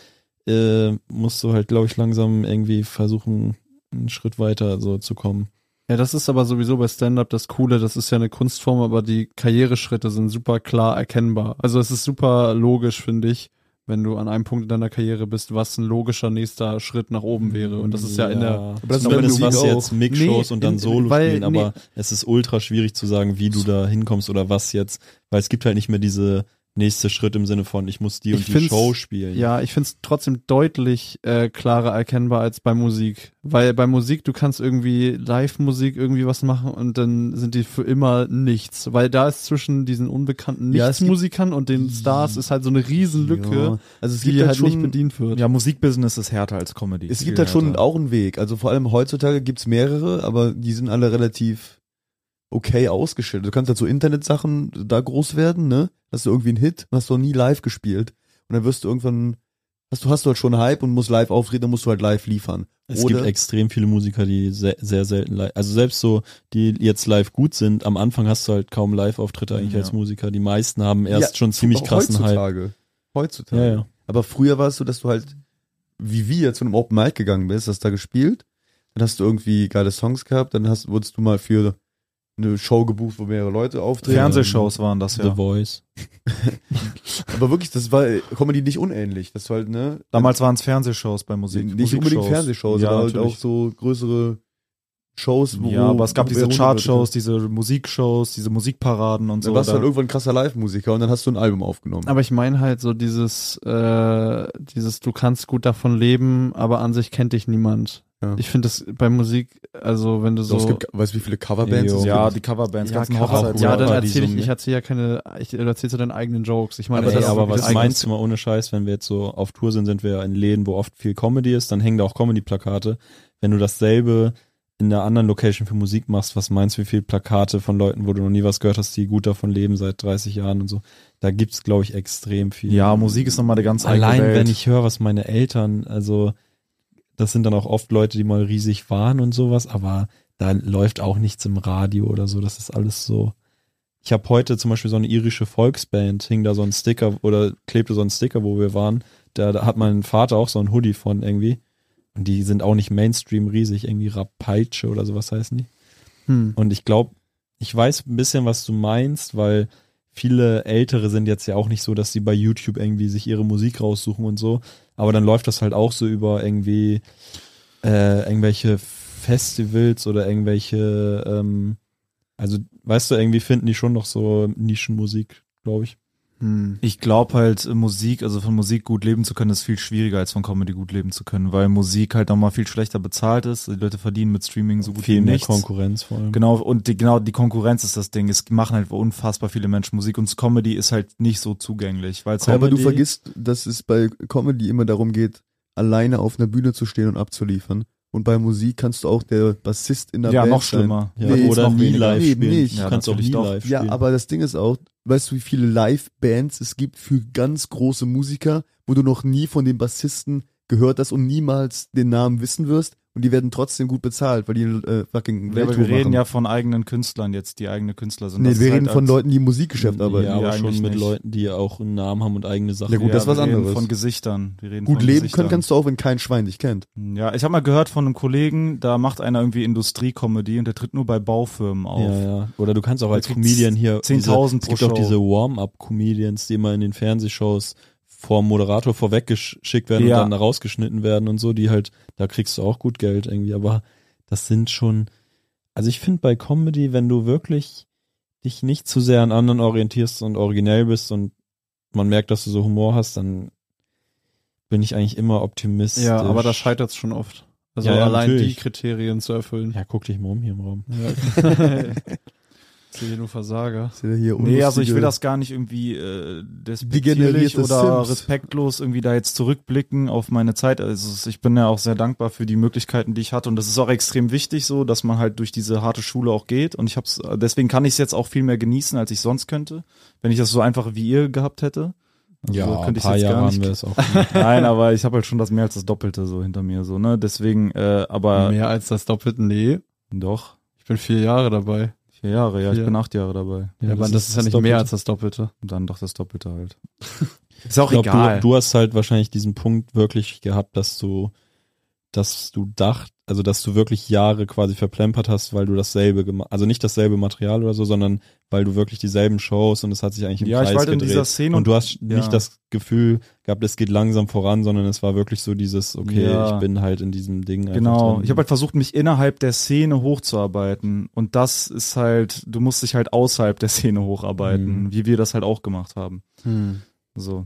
äh, musst du halt, glaube ich, langsam irgendwie versuchen, einen Schritt weiter so zu kommen. Ja, das ist aber sowieso bei Stand-Up das Coole. Das ist ja eine Kunstform, aber die Karriereschritte sind super klar erkennbar. Also es ist super logisch, finde ich, wenn du an einem Punkt in deiner Karriere bist, was ein logischer nächster Schritt nach oben wäre. Und das ist ja, in der das ist Zumindest bei was Musik jetzt Mix-Shows Nee, und dann in- Solo weil- spielen, aber es ist ultra schwierig zu sagen, wie du da hinkommst oder was jetzt, weil es gibt halt nicht mehr diese nächste Schritt im Sinne von, ich muss die Ich und die find's- Show spielen. Ja, ich find's trotzdem deutlich äh, klarer erkennbar als bei Musik. Weil bei Musik, du kannst irgendwie Live-Musik irgendwie was machen und dann sind die für immer nichts. Weil da ist zwischen diesen unbekannten Ja, es gibt- Nichtsmusikern und den Stars ist halt so eine Riesenlücke, Ja. Also es die gibt halt, halt schon, nicht bedient wird. Ja, Musikbusiness ist härter als Comedy. es Viel gibt halt schon härter. auch einen Weg. Also vor allem heutzutage gibt's mehrere, aber die sind alle relativ okay ausgestellt. Du kannst halt so Internetsachen da groß werden, ne? Hast du irgendwie einen Hit und hast du noch nie live gespielt. Und dann wirst du irgendwann, hast du, hast du halt schon Hype und musst live auftreten, dann musst du halt live liefern. Es Oder- gibt extrem viele Musiker, die sehr, sehr selten live, also selbst so, die jetzt live gut sind, am Anfang hast du halt kaum Live-Auftritte eigentlich Ja. als Musiker. Die meisten haben erst schon ziemlich Auch krassen Hype. heutzutage. Heutzutage. Aber früher war es so, dass du halt, wie wir, zu einem Open Mic gegangen bist, hast da gespielt, dann hast du irgendwie geile Songs gehabt, dann hast, wurdest du mal für eine Show gebucht, wo mehrere Leute auftreten. Fernsehshows waren das The ja. Voice. Aber wirklich, das war Comedy nicht unähnlich. Das war halt, ne? Damals waren es Fernsehshows bei Musik. nicht Musikshows. unbedingt Fernsehshows, ja, aber halt natürlich. auch so größere Shows, ja, aber es gab wo diese mehrere Chartshows, Hunderte- diese Musikshows, diese Musikparaden und so. Dann warst du Da- halt irgendwann ein krasser Live-Musiker und dann hast du ein Album aufgenommen. Aber ich meine halt so dieses, äh, dieses, du kannst gut davon leben, aber an sich kennt dich niemand. Ja. Ich finde das bei Musik, also wenn du so. Doch, es gibt, weißt du, wie viele Coverbands Ja, es ja, gibt? die Coverbands, ja, ganzen klar, Hochzeiten. ja, oder? dann Oder die erzähl ich, so- ich erzähl ja keine, ich, du erzählst ja deine eigenen Jokes. Ich meine, Aber Ey, das ist aber wirklich was das meinst du mal ohne Scheiß, wenn wir jetzt so auf Tour sind, sind wir in Läden, wo oft viel Comedy ist, dann hängen da auch Comedy-Plakate. Wenn du dasselbe in einer anderen Location für Musik machst, was meinst du, wie viele Plakate von Leuten, wo du noch nie was gehört hast, die gut davon leben seit 30 Jahren und so. Da gibt's glaube ich, extrem viel. Ja, Musik ist nochmal eine ganz eigene Allein Welt. wenn ich höre, was meine Eltern, also das sind dann auch oft Leute, die mal riesig waren und sowas, aber da läuft auch nichts im Radio oder so. Das ist alles so. Ich habe heute zum Beispiel so eine irische Volksband, hing da so ein Sticker oder klebte so ein Sticker, wo wir waren. Da, da hat mein Vater auch so ein Hoodie von irgendwie. Und die sind auch nicht Mainstream riesig, irgendwie Rapeitsche oder sowas heißen die. Hm. Und ich glaube, ich weiß ein bisschen, was du meinst, weil viele Ältere sind jetzt ja auch nicht so, dass sie bei YouTube irgendwie sich ihre Musik raussuchen und so. Aber dann läuft das halt auch so über irgendwie äh, irgendwelche Festivals oder irgendwelche, ähm, also weißt du, irgendwie finden die schon noch so Nischenmusik, glaube ich. Hm. Ich glaube halt, äh, Musik, also von Musik gut leben zu können, ist viel schwieriger als von Comedy gut leben zu können, weil Musik halt nochmal viel schlechter bezahlt ist. Die Leute verdienen mit Streaming so gut wie Viel mehr nichts. Konkurrenz vor allem. Genau, und die, genau, die Konkurrenz ist das Ding. Es machen halt unfassbar viele Menschen Musik und Comedy ist halt nicht so zugänglich, weil es Aber halt du vergisst, dass es bei Comedy immer darum geht, alleine auf einer Bühne zu stehen und abzuliefern. Und bei Musik kannst du auch der Bassist in der halt ja Band noch sein. schlimmer. Ja, Nee, oder noch nie weniger. live Eben spielen. nicht. Du Ja, kannst auch nie natürlich doch. live Ja, spielen. aber das Ding ist auch, weißt du, wie viele Live-Bands es gibt für ganz große Musiker, wo du noch nie von dem Bassisten gehört hast und niemals den Namen wissen wirst und die werden trotzdem gut bezahlt, weil die äh, fucking Ja, aber Welttour wir reden machen. ja von eigenen Künstlern jetzt, die eigene Künstler sind. nee, Das wir ist reden halt von als- Leuten, die im Musikgeschäft arbeiten. ja, aber Ja, schon eigentlich mit nicht. Leuten, die auch einen Namen haben und eigene Sachen. Ja, gut, das ist was wir reden anderes. Von Gesichtern. Wir reden gut von leben Gesichtern. können kannst du auch, wenn kein Schwein dich kennt. Ja, ich habe mal gehört von einem Kollegen, da macht einer irgendwie Industriekomödie und der tritt nur bei Baufirmen auf. Ja, ja. Oder du kannst auch Du als kriegst Comedian hier 10.000 diese- pro Es gibt auch Show. diese Warm-up-Comedians, die immer in den Fernsehshows vom Moderator vorweggeschickt werden Ja. und dann rausgeschnitten werden und so, die halt, da kriegst du auch gut Geld irgendwie, aber das sind schon, also ich finde bei Comedy, wenn du wirklich dich nicht zu sehr an anderen orientierst und originell bist und man merkt, dass du so Humor hast, dann bin ich eigentlich immer optimistisch. Ja, aber da scheitert es schon oft. Also Ja, ja, allein natürlich. die Kriterien zu erfüllen. Ja, guck dich mal um hier im Raum. Ich sehe hier nur Versager. Ist ja hier Nee, also ich will unlustige- das gar nicht irgendwie äh, despektierlich Degenerierte oder Sims. respektlos irgendwie da jetzt zurückblicken auf meine Zeit. Also ich bin ja auch sehr dankbar für die Möglichkeiten, die ich hatte und das ist auch extrem wichtig so, dass man halt durch diese harte Schule auch geht und ich hab's deswegen kann ich es jetzt auch viel mehr genießen, als ich sonst könnte, wenn ich das so einfach wie ihr gehabt hätte. Also ein ich's paar Jahre gar haben wir nicht. es auch. [LAUGHS] Nein, aber ich habe halt schon das mehr als das Doppelte so hinter mir so, ne? Deswegen äh, aber Mehr als das Doppelte, nee. doch Ich bin vier Jahre dabei. vier Jahre, ja, ich Vier. bin acht Jahre dabei. Ja, aber das, ist ja nicht mehr als das Doppelte. Und dann doch das Doppelte halt. Ist auch Ich glaub, egal. Du, du hast halt wahrscheinlich diesen Punkt wirklich gehabt, dass du, dass du dacht, also dass du wirklich Jahre quasi verplempert hast, weil du dasselbe gemacht, also nicht dasselbe Material oder so, sondern weil du wirklich dieselben Shows und es hat sich eigentlich im Ja, ich Kreis war halt in gedreht. dieser Szene und und- du hast ja. nicht das Gefühl gehabt, es geht langsam voran, sondern es war wirklich so dieses, okay, Ja. ich bin halt in diesem Ding. einfach Genau. drin. Ich habe halt versucht, mich innerhalb der Szene hochzuarbeiten. Und das ist halt, du musst dich halt außerhalb der Szene hocharbeiten, wie wir das halt auch gemacht haben. So.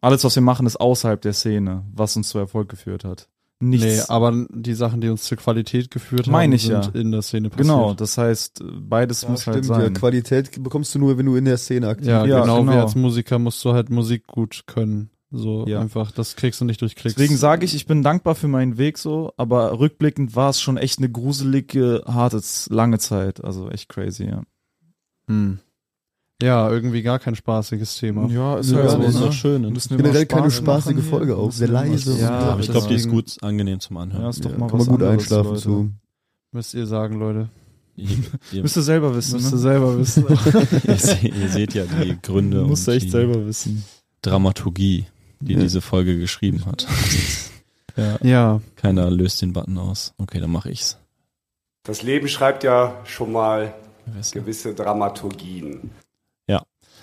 Alles, was wir machen, ist außerhalb der Szene, was uns zu Erfolg geführt hat. Nee, Nichts. aber die Sachen, die uns zur Qualität geführt haben, Meine ich sind ja. in der Szene passiert. genau, das heißt, beides Ja, muss halt stimmt, ja, sein. Qualität bekommst du nur, wenn du in der Szene aktiv Ja, Ja, genau, wie genau. als Musiker musst du halt Musik gut können. So Ja. einfach, das kriegst du nicht durch Klicks. Deswegen sage ich, ich bin dankbar für meinen Weg so, aber rückblickend war es schon echt eine gruselige, harte, Z- lange Zeit. Also echt crazy, ja. Hm. Ja, irgendwie gar kein spaßiges Thema. Ja, ist Ja, halt das so, aber ist ist ne? doch schön. ne? Müssen wir mal Generell keine Spaß machen spaßige hier. Folge auch, sehr leise. Ja, und- Aber ich glaube, die ist halt deswegen- gut angenehm zum Ja, Anhören. ist doch Ja, mal kann was man gut anderes, einschlafen Leute. zu. Müsst ihr sagen, Leute. Ihr- ihr- Müsst ihr selber wissen, Müsst ihr ne? selber wissen. [LAUGHS] ihr, se- [LAUGHS] ihr seht ja die [LAUGHS] Gründe Musst du und echt die selber wissen. Dramaturgie, die Ja. diese Folge geschrieben [LAUGHS] hat. ja. Keiner löst den Button aus. Okay, dann mache ich's. Das Leben schreibt ja schon mal Wer ist denn? gewisse Dramaturgien.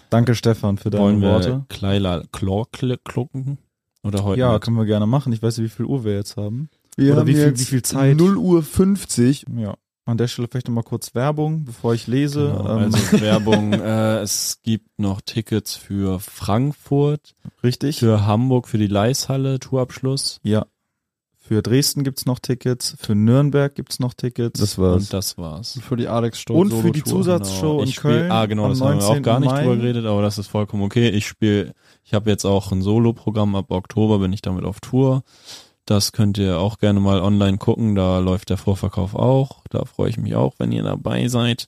Danke, Stefan, für deine Wollen wir Worte. Kleila Klorkle klucken? Oder heute? Ja, mit? können wir gerne machen. Ich weiß nicht, wie viel Uhr wir jetzt haben. Wir Oder haben wie viel- jetzt wie viel Zeit? 0 Uhr 50. Ja. An der Stelle vielleicht nochmal kurz Werbung, bevor ich lese. Genau, ähm, also [LAUGHS] Werbung. äh, es gibt noch Tickets für Frankfurt, richtig. für Hamburg, für die Leishalle, Tourabschluss. Ja. Für Dresden gibt's noch Tickets, für Nürnberg gibt's noch Tickets. Das Und war's. das war's. Für die Alex Sturm und für die Solo-Tour. Zusatzshow in ich spiel- Köln. Ah, genau, am das haben wir auch 19. gar nicht Mai. drüber geredet, aber das ist vollkommen okay. Ich spiele, ich habe jetzt auch ein Solo-Programm ab Oktober, bin ich damit auf Tour. Das könnt ihr auch gerne mal online gucken, da läuft der Vorverkauf auch. Da freue ich mich auch, wenn ihr dabei seid.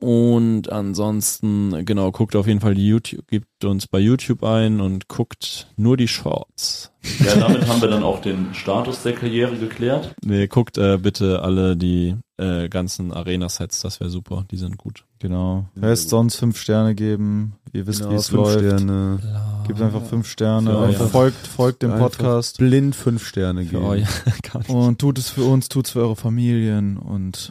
Und ansonsten, genau, guckt auf jeden Fall die YouTube, gibt uns bei YouTube ein und guckt nur die Shorts. Ja, damit haben wir dann auch den Status der Karriere geklärt. Nee, guckt äh, bitte alle die äh, ganzen Arena-Sets, das wäre super, die sind gut. Genau. Wer es sonst fünf Sterne geben, ihr wisst, wie es läuft. Genau, Sterne. Gebt einfach fünf Sterne. Für euch. Folgt, folgt dem Einfach Podcast. Blind 5 Sterne Für geben. euch. Gar nicht. Und tut es für uns, tut es für eure Familien und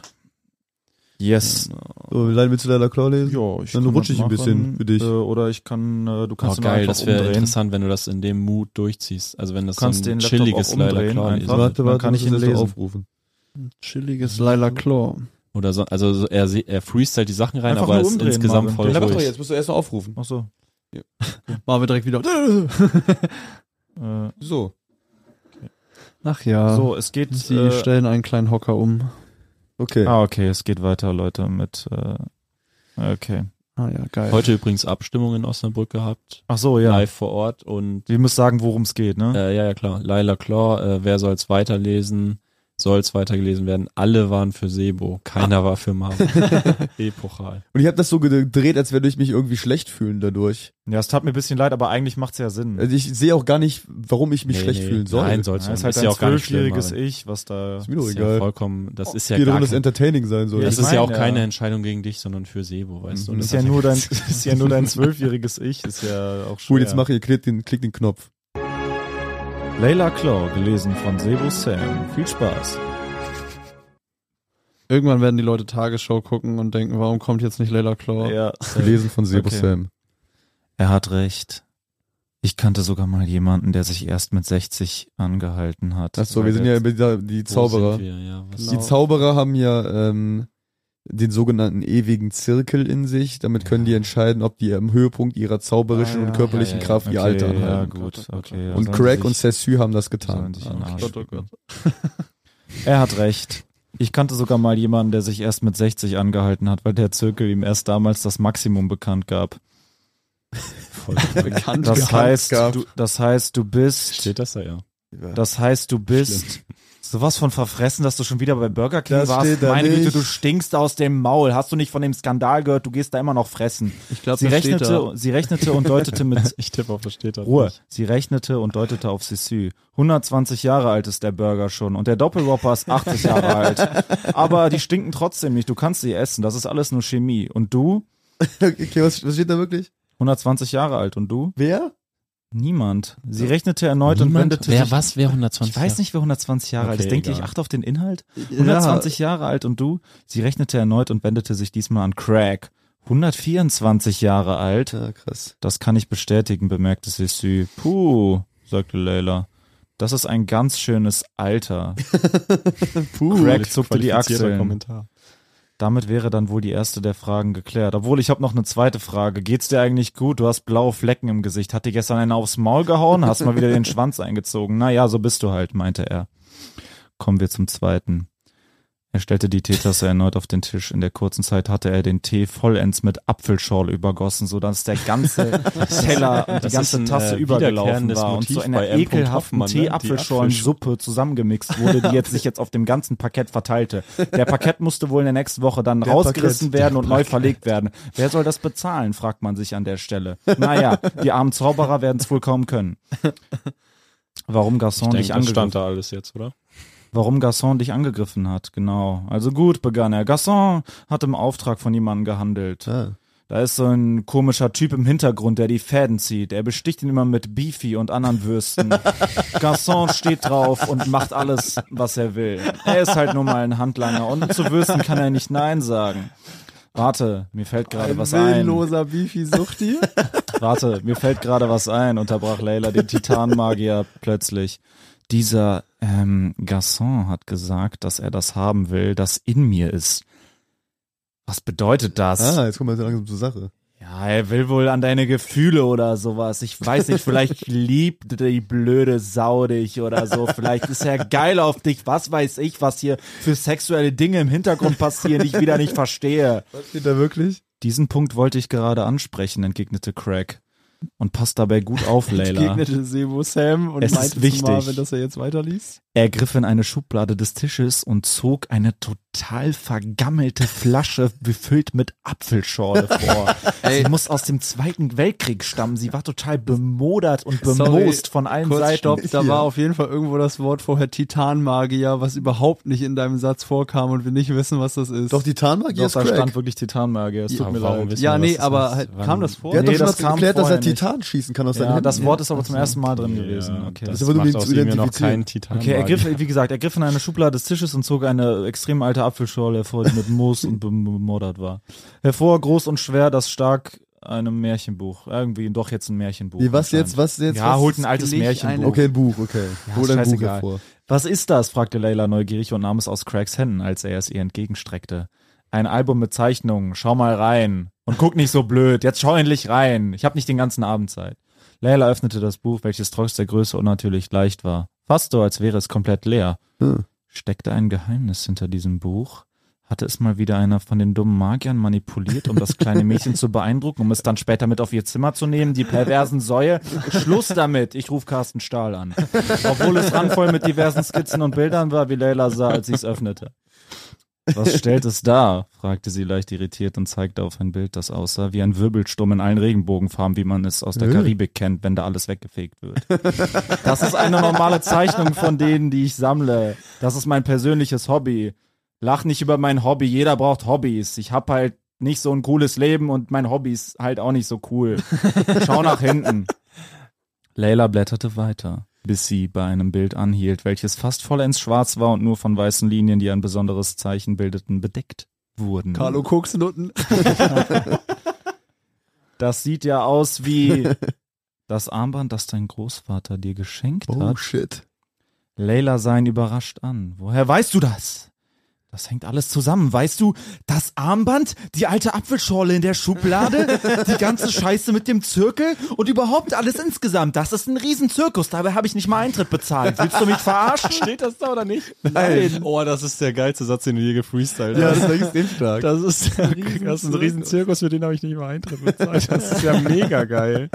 yes. Oh, So, Lein, willst du leider Claw lesen? Ja, ich Dann kann rutsch das ich ein bisschen machen. für dich. Äh, Oder ich kann, äh, du Oh, kannst ihn geil, einfach das wäre umdrehen. interessant, wenn du das in dem Mut durchziehst. Also wenn das Du kannst so ein den Laptop chilliges auch leider umdrehen klar einfach. ist. Warte, Dann warte, kann muss ich das ihn erst lesen. aufrufen. Chilliges Lila Claw. Oder so, also so- er, se- er freestylt die Sachen rein, Einfach aber nur ist umdrehen, insgesamt Marvin. voll Den Laptop ruhig. musst du erst noch aufrufen. Ach so. Marvin direkt wieder. Äh, So. Ach ja. so, es geht. Sie äh, stellen einen kleinen Hocker um. Okay. ah, okay, es geht weiter, Leute, mit. Äh, okay. Ah ja, geil. Heute übrigens Abstimmung in Osnabrück gehabt, Ach so, ja. live vor Ort und Wir müssen sagen, worum es geht, ne? äh, ja, ja klar, Laila Claw, äh, wer soll's weiterlesen, soll's weitergelesen werden. Alle waren für Sebo, keiner war für [LAUGHS] Marvin. Epochal. Und ich habe das so gedreht, als würde ich mich irgendwie schlecht fühlen dadurch. Ja, es tat mir ein bisschen leid, aber eigentlich macht's ja Sinn. Also ich sehe auch gar nicht, warum ich mich Nee, schlecht nee, fühlen soll. Nein, soll. soll's ja, nicht. ist ist, halt ein ja auch gar nicht schlimm, zwölfjähriges Marvin. Ich, was da. Ist mir doch ist ja egal. vollkommen, das ist ja Wie gar drin das kein, entertaining sein soll. Ja, Das ich ist ja meine, auch keine ja. Entscheidung gegen dich, sondern für Sebo, weißt du? Mhm. Und [LAUGHS] Ist das ja hat nur dein, [LAUGHS] nichts- ist ja nur dein zwölfjähriges Ich, ist ja auch schwer. Cool, jetzt mach ihr, klick den, klick den Knopf. Layla Claw, gelesen von Sebo Sam. Viel Spaß. Irgendwann werden die Leute Tagesschau gucken und denken, warum kommt jetzt nicht Leila Claw? Ja. [LAUGHS] Lesen von Sebo [LAUGHS] Okay. Sam. Er hat recht. Ich kannte sogar mal jemanden, der sich erst mit 60 angehalten hat. Achso, wir sind ja wieder die Wo Zauberer. sind wir? Ja, [LAUGHS] was Die Zauberer haben ja ähm, den sogenannten ewigen Zirkel in sich. Damit können die entscheiden, ob die am Höhepunkt ihrer zauberischen Ah, ja, und körperlichen ja, ja, Kraft ihr Alter ja, anhalten. gut, okay. Und sollen Craig sie und sich- Sessu haben das sollen getan. Ah, sich in den Arsch Gott, oh Gott. spucken. Er hat recht. Ich kannte sogar mal jemanden, der sich erst mit 60 angehalten hat, weil der Zirkel ihm erst damals das Maximum bekannt gab. Voll Bekannt. Das heißt, gab. du, das heißt, du bist, Steht das da ja? das heißt, du bist sowas von verfressen, dass du schon wieder bei Burger King Das warst. steht da Meine Güte, nicht. du stinkst aus dem Maul. Hast du nicht von dem Skandal gehört? Du gehst da immer noch fressen. ich glaube, Sie rechnete, sie rechnete und [LAUGHS] deutete mit Ich tippe auf, das steht da. Ruhe. Sie rechnete und deutete auf Sissy. 120 Jahre alt ist der Burger schon und der Doppelwhopper ist 80 Jahre alt. Aber die stinken trotzdem nicht. Du kannst sie essen. Das ist alles nur Chemie. Und du? Okay, was, was steht da wirklich? 120 Jahre alt. Und du? Wer? Niemand. Sie rechnete erneut und wendete wer sich. was, wer 120 Ich weiß nicht, wer 120 Jahre alt ist. Okay, Denkt ihr, ich egal. achte auf den Inhalt? 120 Jahre alt und du? Sie rechnete erneut und wendete sich diesmal an Craig. 124 Jahre alt. Ja, krass. Das kann ich bestätigen, bemerkte Sissy. Puh, sagte Leila. Das ist ein ganz schönes Alter. Puh, Craig zuckte die qualifizierter Achseln. Kommentar. Damit wäre dann wohl die erste der Fragen geklärt. Obwohl, ich habe noch eine zweite Frage. Geht's dir eigentlich gut? Du hast blaue Flecken im Gesicht. Hat dir gestern einer aufs Maul gehauen? Hast mal wieder den Schwanz eingezogen? Naja, so bist du halt, meinte er. Kommen wir zum zweiten. Er stellte die Teetasse erneut auf den Tisch. In der kurzen Zeit hatte er den Tee vollends mit Apfelschorle übergossen, sodass der [LAUGHS] ganze Teller und die Das ganze ist ein, Tasse äh, übergelaufen wiederkehrendes war und Motiv zu einer bei M. ekelhaften Hoffmann, ne? Die Tee-Apfelschorlensuppe zusammengemixt wurde, die jetzt sich jetzt auf dem ganzen Parkett verteilte. Der Parkett musste wohl in der nächsten Woche dann rausgerissen werden und neu verlegt werden. Wer soll das bezahlen, fragt man sich an der Stelle. Naja, die armen Zauberer werden es wohl kaum können. Warum Gaston Ich dich denke, das angegriffen stand da alles jetzt, oder? warum Gasson dich angegriffen hat, genau. Also gut, begann er. Gasson hat im Auftrag von jemandem gehandelt. Da ist so ein komischer Typ im Hintergrund, der die Fäden zieht. Er besticht ihn immer mit Beefy und anderen Würsten. Gasson steht drauf und macht alles, was er will. Er ist halt nur mal ein Handlanger und zu Würsten kann er nicht Nein sagen. Warte, mir fällt gerade was ein. Bifi-Suchti. Warte, mir fällt gerade was ein, unterbrach Leila den Titanmagier plötzlich. Dieser ähm, Garçon hat gesagt, dass er das haben will, das in mir ist. Was bedeutet das? Ah, jetzt kommen wir so langsam zur Sache. Ja, er will wohl an deine Gefühle oder sowas. Ich weiß nicht, vielleicht liebt die blöde Sau dich oder so. Vielleicht ist er geil auf dich. Was weiß ich, was hier für sexuelle Dinge im Hintergrund passieren, die ich wieder nicht verstehe. Was steht da wirklich? Diesen Punkt wollte ich gerade ansprechen, entgegnete Craig. Und passt dabei gut auf, Layla. Gegnete Sebo Sam und Es ist meinte zu wichtig. Marvin, dass er jetzt weiterliest. Er griff in eine Schublade des Tisches und zog eine total vergammelte Flasche befüllt mit Apfelschorle vor. Sie muss aus dem Zweiten Weltkrieg stammen. Sie war total bemodert und Sorry, bemoost von allen Kurz Seiten. Stopp, da war auf jeden Fall irgendwo das Wort vorher Titanmagier, was überhaupt nicht in deinem Satz vorkam und wir nicht wissen, was das ist. Doch, die Tarnmagie ist Craig. wirklich Titanmagier. Es Ja, warum wissen ja, wir, nee, was aber das halt, heißt? kam das vor? Der hat Nee, doch das schon mal kam erklärt, dass vorher er nicht. Titan schießen kann aus seinen Ja, Händen. das Wort ist aber zum ersten Mal drin gewesen. Ja, Okay. Das, Das wurde macht übrigens aus ihm ja noch identifiziert. kein Titan. Okay, er griff, wie gesagt, er griff in eine Schublade des Tisches und zog eine extrem alte Apfelschorle hervor, die mit Moos und bemodert war. Hervor, groß und schwer, das stark einem Märchenbuch. Irgendwie doch jetzt ein Märchenbuch. Wie, was jetzt, was jetzt? ja, was holt ein altes nicht Märchenbuch. Okay, ein Buch, okay. Ja, Hol ist ein Buch scheißegal. hervor. Was ist das? fragte Layla neugierig und nahm es aus Craigs Händen, als er es ihr entgegenstreckte. Ein Album mit Zeichnungen. Schau mal rein. Und guck nicht so blöd. Jetzt schau endlich rein. Ich hab nicht den ganzen Abend Zeit. Layla öffnete das Buch, welches trotz der Größe unnatürlich leicht war. Fast so, als wäre es komplett leer. Hm. Steckte ein Geheimnis hinter diesem Buch? Hatte es mal wieder einer von den dummen Magiern manipuliert, um das kleine Mädchen zu beeindrucken, um es dann später mit auf ihr Zimmer zu nehmen? Die perversen Säue? Schluss damit! Ich rufe Carsten Stahl an. Obwohl es randvoll mit diversen Skizzen und Bildern war, wie Leila sah, als sie es öffnete. Was stellt es dar? fragte sie leicht irritiert und zeigte auf ein Bild, das aussah wie ein Wirbelsturm in allen Regenbogenfarben, wie man es aus der Äh. Karibik kennt, wenn da alles weggefegt wird. Das ist eine normale Zeichnung von denen, die ich sammle. Das ist mein persönliches Hobby. Lach nicht über mein Hobby, jeder braucht Hobbys. Ich hab halt nicht so ein cooles Leben und mein Hobby ist halt auch nicht so cool. Schau nach hinten. Layla blätterte weiter, bis sie bei einem Bild anhielt, welches fast vollends schwarz war und nur von weißen Linien, die ein besonderes Zeichen bildeten, bedeckt wurden. Carlo Koksnutten. Das sieht ja aus wie das Armband, das dein Großvater dir geschenkt Oh, hat. shit. Layla sah ihn überrascht an. Woher weißt du das? Das hängt alles zusammen, weißt du? Das Armband, die alte Apfelschorle in [LAUGHS] der Schublade, die ganze Scheiße mit dem Zirkel und überhaupt alles insgesamt. Das ist ein Riesenzirkus, dabei habe ich nicht mal Eintritt bezahlt. Willst du [LAUGHS] mich verarschen? Steht das da oder nicht? [LAUGHS] Nein. Oh, das ist der geilste Satz, den du je gefreestylt hast. [LAUGHS] war extrem stark. Das ist, das ist ein Riesenzirkus, für den habe ich nicht mal Eintritt [LAUGHS] bezahlt. Das ist ja mega geil.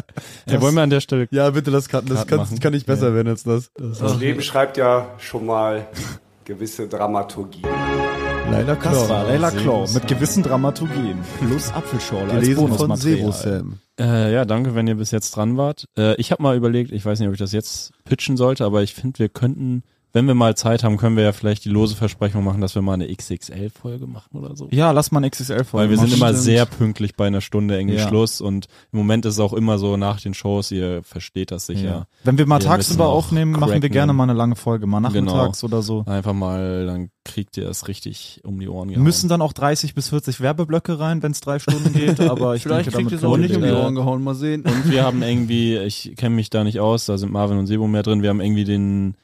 Ja, wollen wir an der Stelle. Ja, bitte, das kann, das Cut kann, machen. kann nicht besser werden als das. Das Leben schreibt ja schon mal gewisse Dramaturgie. Leider Das war Layla Sebus. Claw mit gewissen Dramaturgien plus Apfelschorle als Gelesen von Zero Bonusmaterial. Sam. Äh, ja, danke, wenn ihr bis jetzt dran wart. Äh, ich habe mal überlegt, ich weiß nicht, ob ich das jetzt pitchen sollte, aber ich finde, wir könnten wenn wir mal Zeit haben, können wir ja vielleicht die lose Versprechung machen, dass wir mal eine XXL-Folge machen oder so. Ja, lass mal ein XXL folgen. Weil wir sind immer sehr pünktlich bei einer Stunde irgendwie Ja. Schluss und im Moment ist es auch immer so nach den Shows, ihr versteht das sicher. Wenn wir mal Wir tagsüber müssen auch aufnehmen, machen wir cracken. Genau. gerne mal eine lange Folge, mal nachmittags oder so. Einfach mal, dann kriegt ihr es richtig um die Ohren gehauen. Müssen dann auch 30 bis 40 Werbeblöcke rein, wenn es drei Stunden [LAUGHS] geht, aber ich Vielleicht denke, damit kriegt ihr es können auch wir äh, nicht um die leben. Ohren gehauen, mal sehen. Und wir haben irgendwie, ich kenne mich da nicht aus, da sind Marvin und Sebo mehr drin, wir haben irgendwie den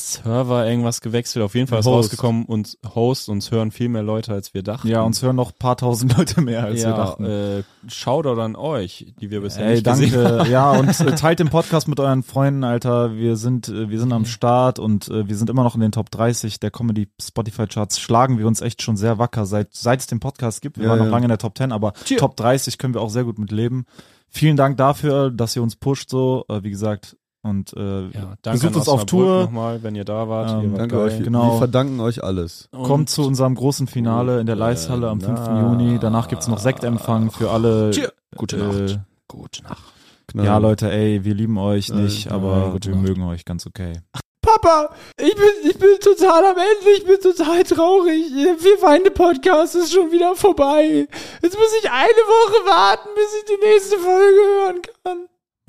Server irgendwas gewechselt, auf jeden Fall ist Host. rausgekommen und Host, uns hören viel mehr Leute, als wir dachten. Ja, uns hören noch ein paar tausend Leute mehr, als wir ja, dachten. äh, Shoutout an euch, die wir bisher Ey, nicht gesehen haben. danke. [LAUGHS] Ja, und [LAUGHS] äh, teilt den Podcast mit euren Freunden, Alter. Wir sind, äh, wir sind am Start und äh, wir sind immer noch in den Top 30 der Comedy Spotify Charts. Schlagen wir uns echt schon sehr wacker, seit seit es den Podcast gibt. Wir waren noch lange in der Top 10, aber Top 30 können wir auch sehr gut mit leben. Vielen Dank dafür, dass ihr uns pusht so, äh, wie gesagt. Und äh, Ja, danke besucht an uns auf Osnabrück Tour. Nochmal, wenn ihr da wart. Ähm, ihr wart Danke geil. euch. Wir- genau. Wir verdanken euch alles. Und Kommt zu unserem großen Finale in der Gute Leishalle am 5. Nacht. Juni. Danach gibt's noch Sektempfang für alle. Gute Äh, Nacht. Gute Nacht. Knall. ne? Ja, Leute, ey, wir lieben euch nicht, Äh, aber nein, gute wir Nacht. mögen euch ganz okay. Papa, ich bin, ich bin total am Ende, ich bin total traurig. Wir weinen Podcast ist schon wieder vorbei. Jetzt muss ich eine Woche warten, bis ich die nächste Folge hören kann.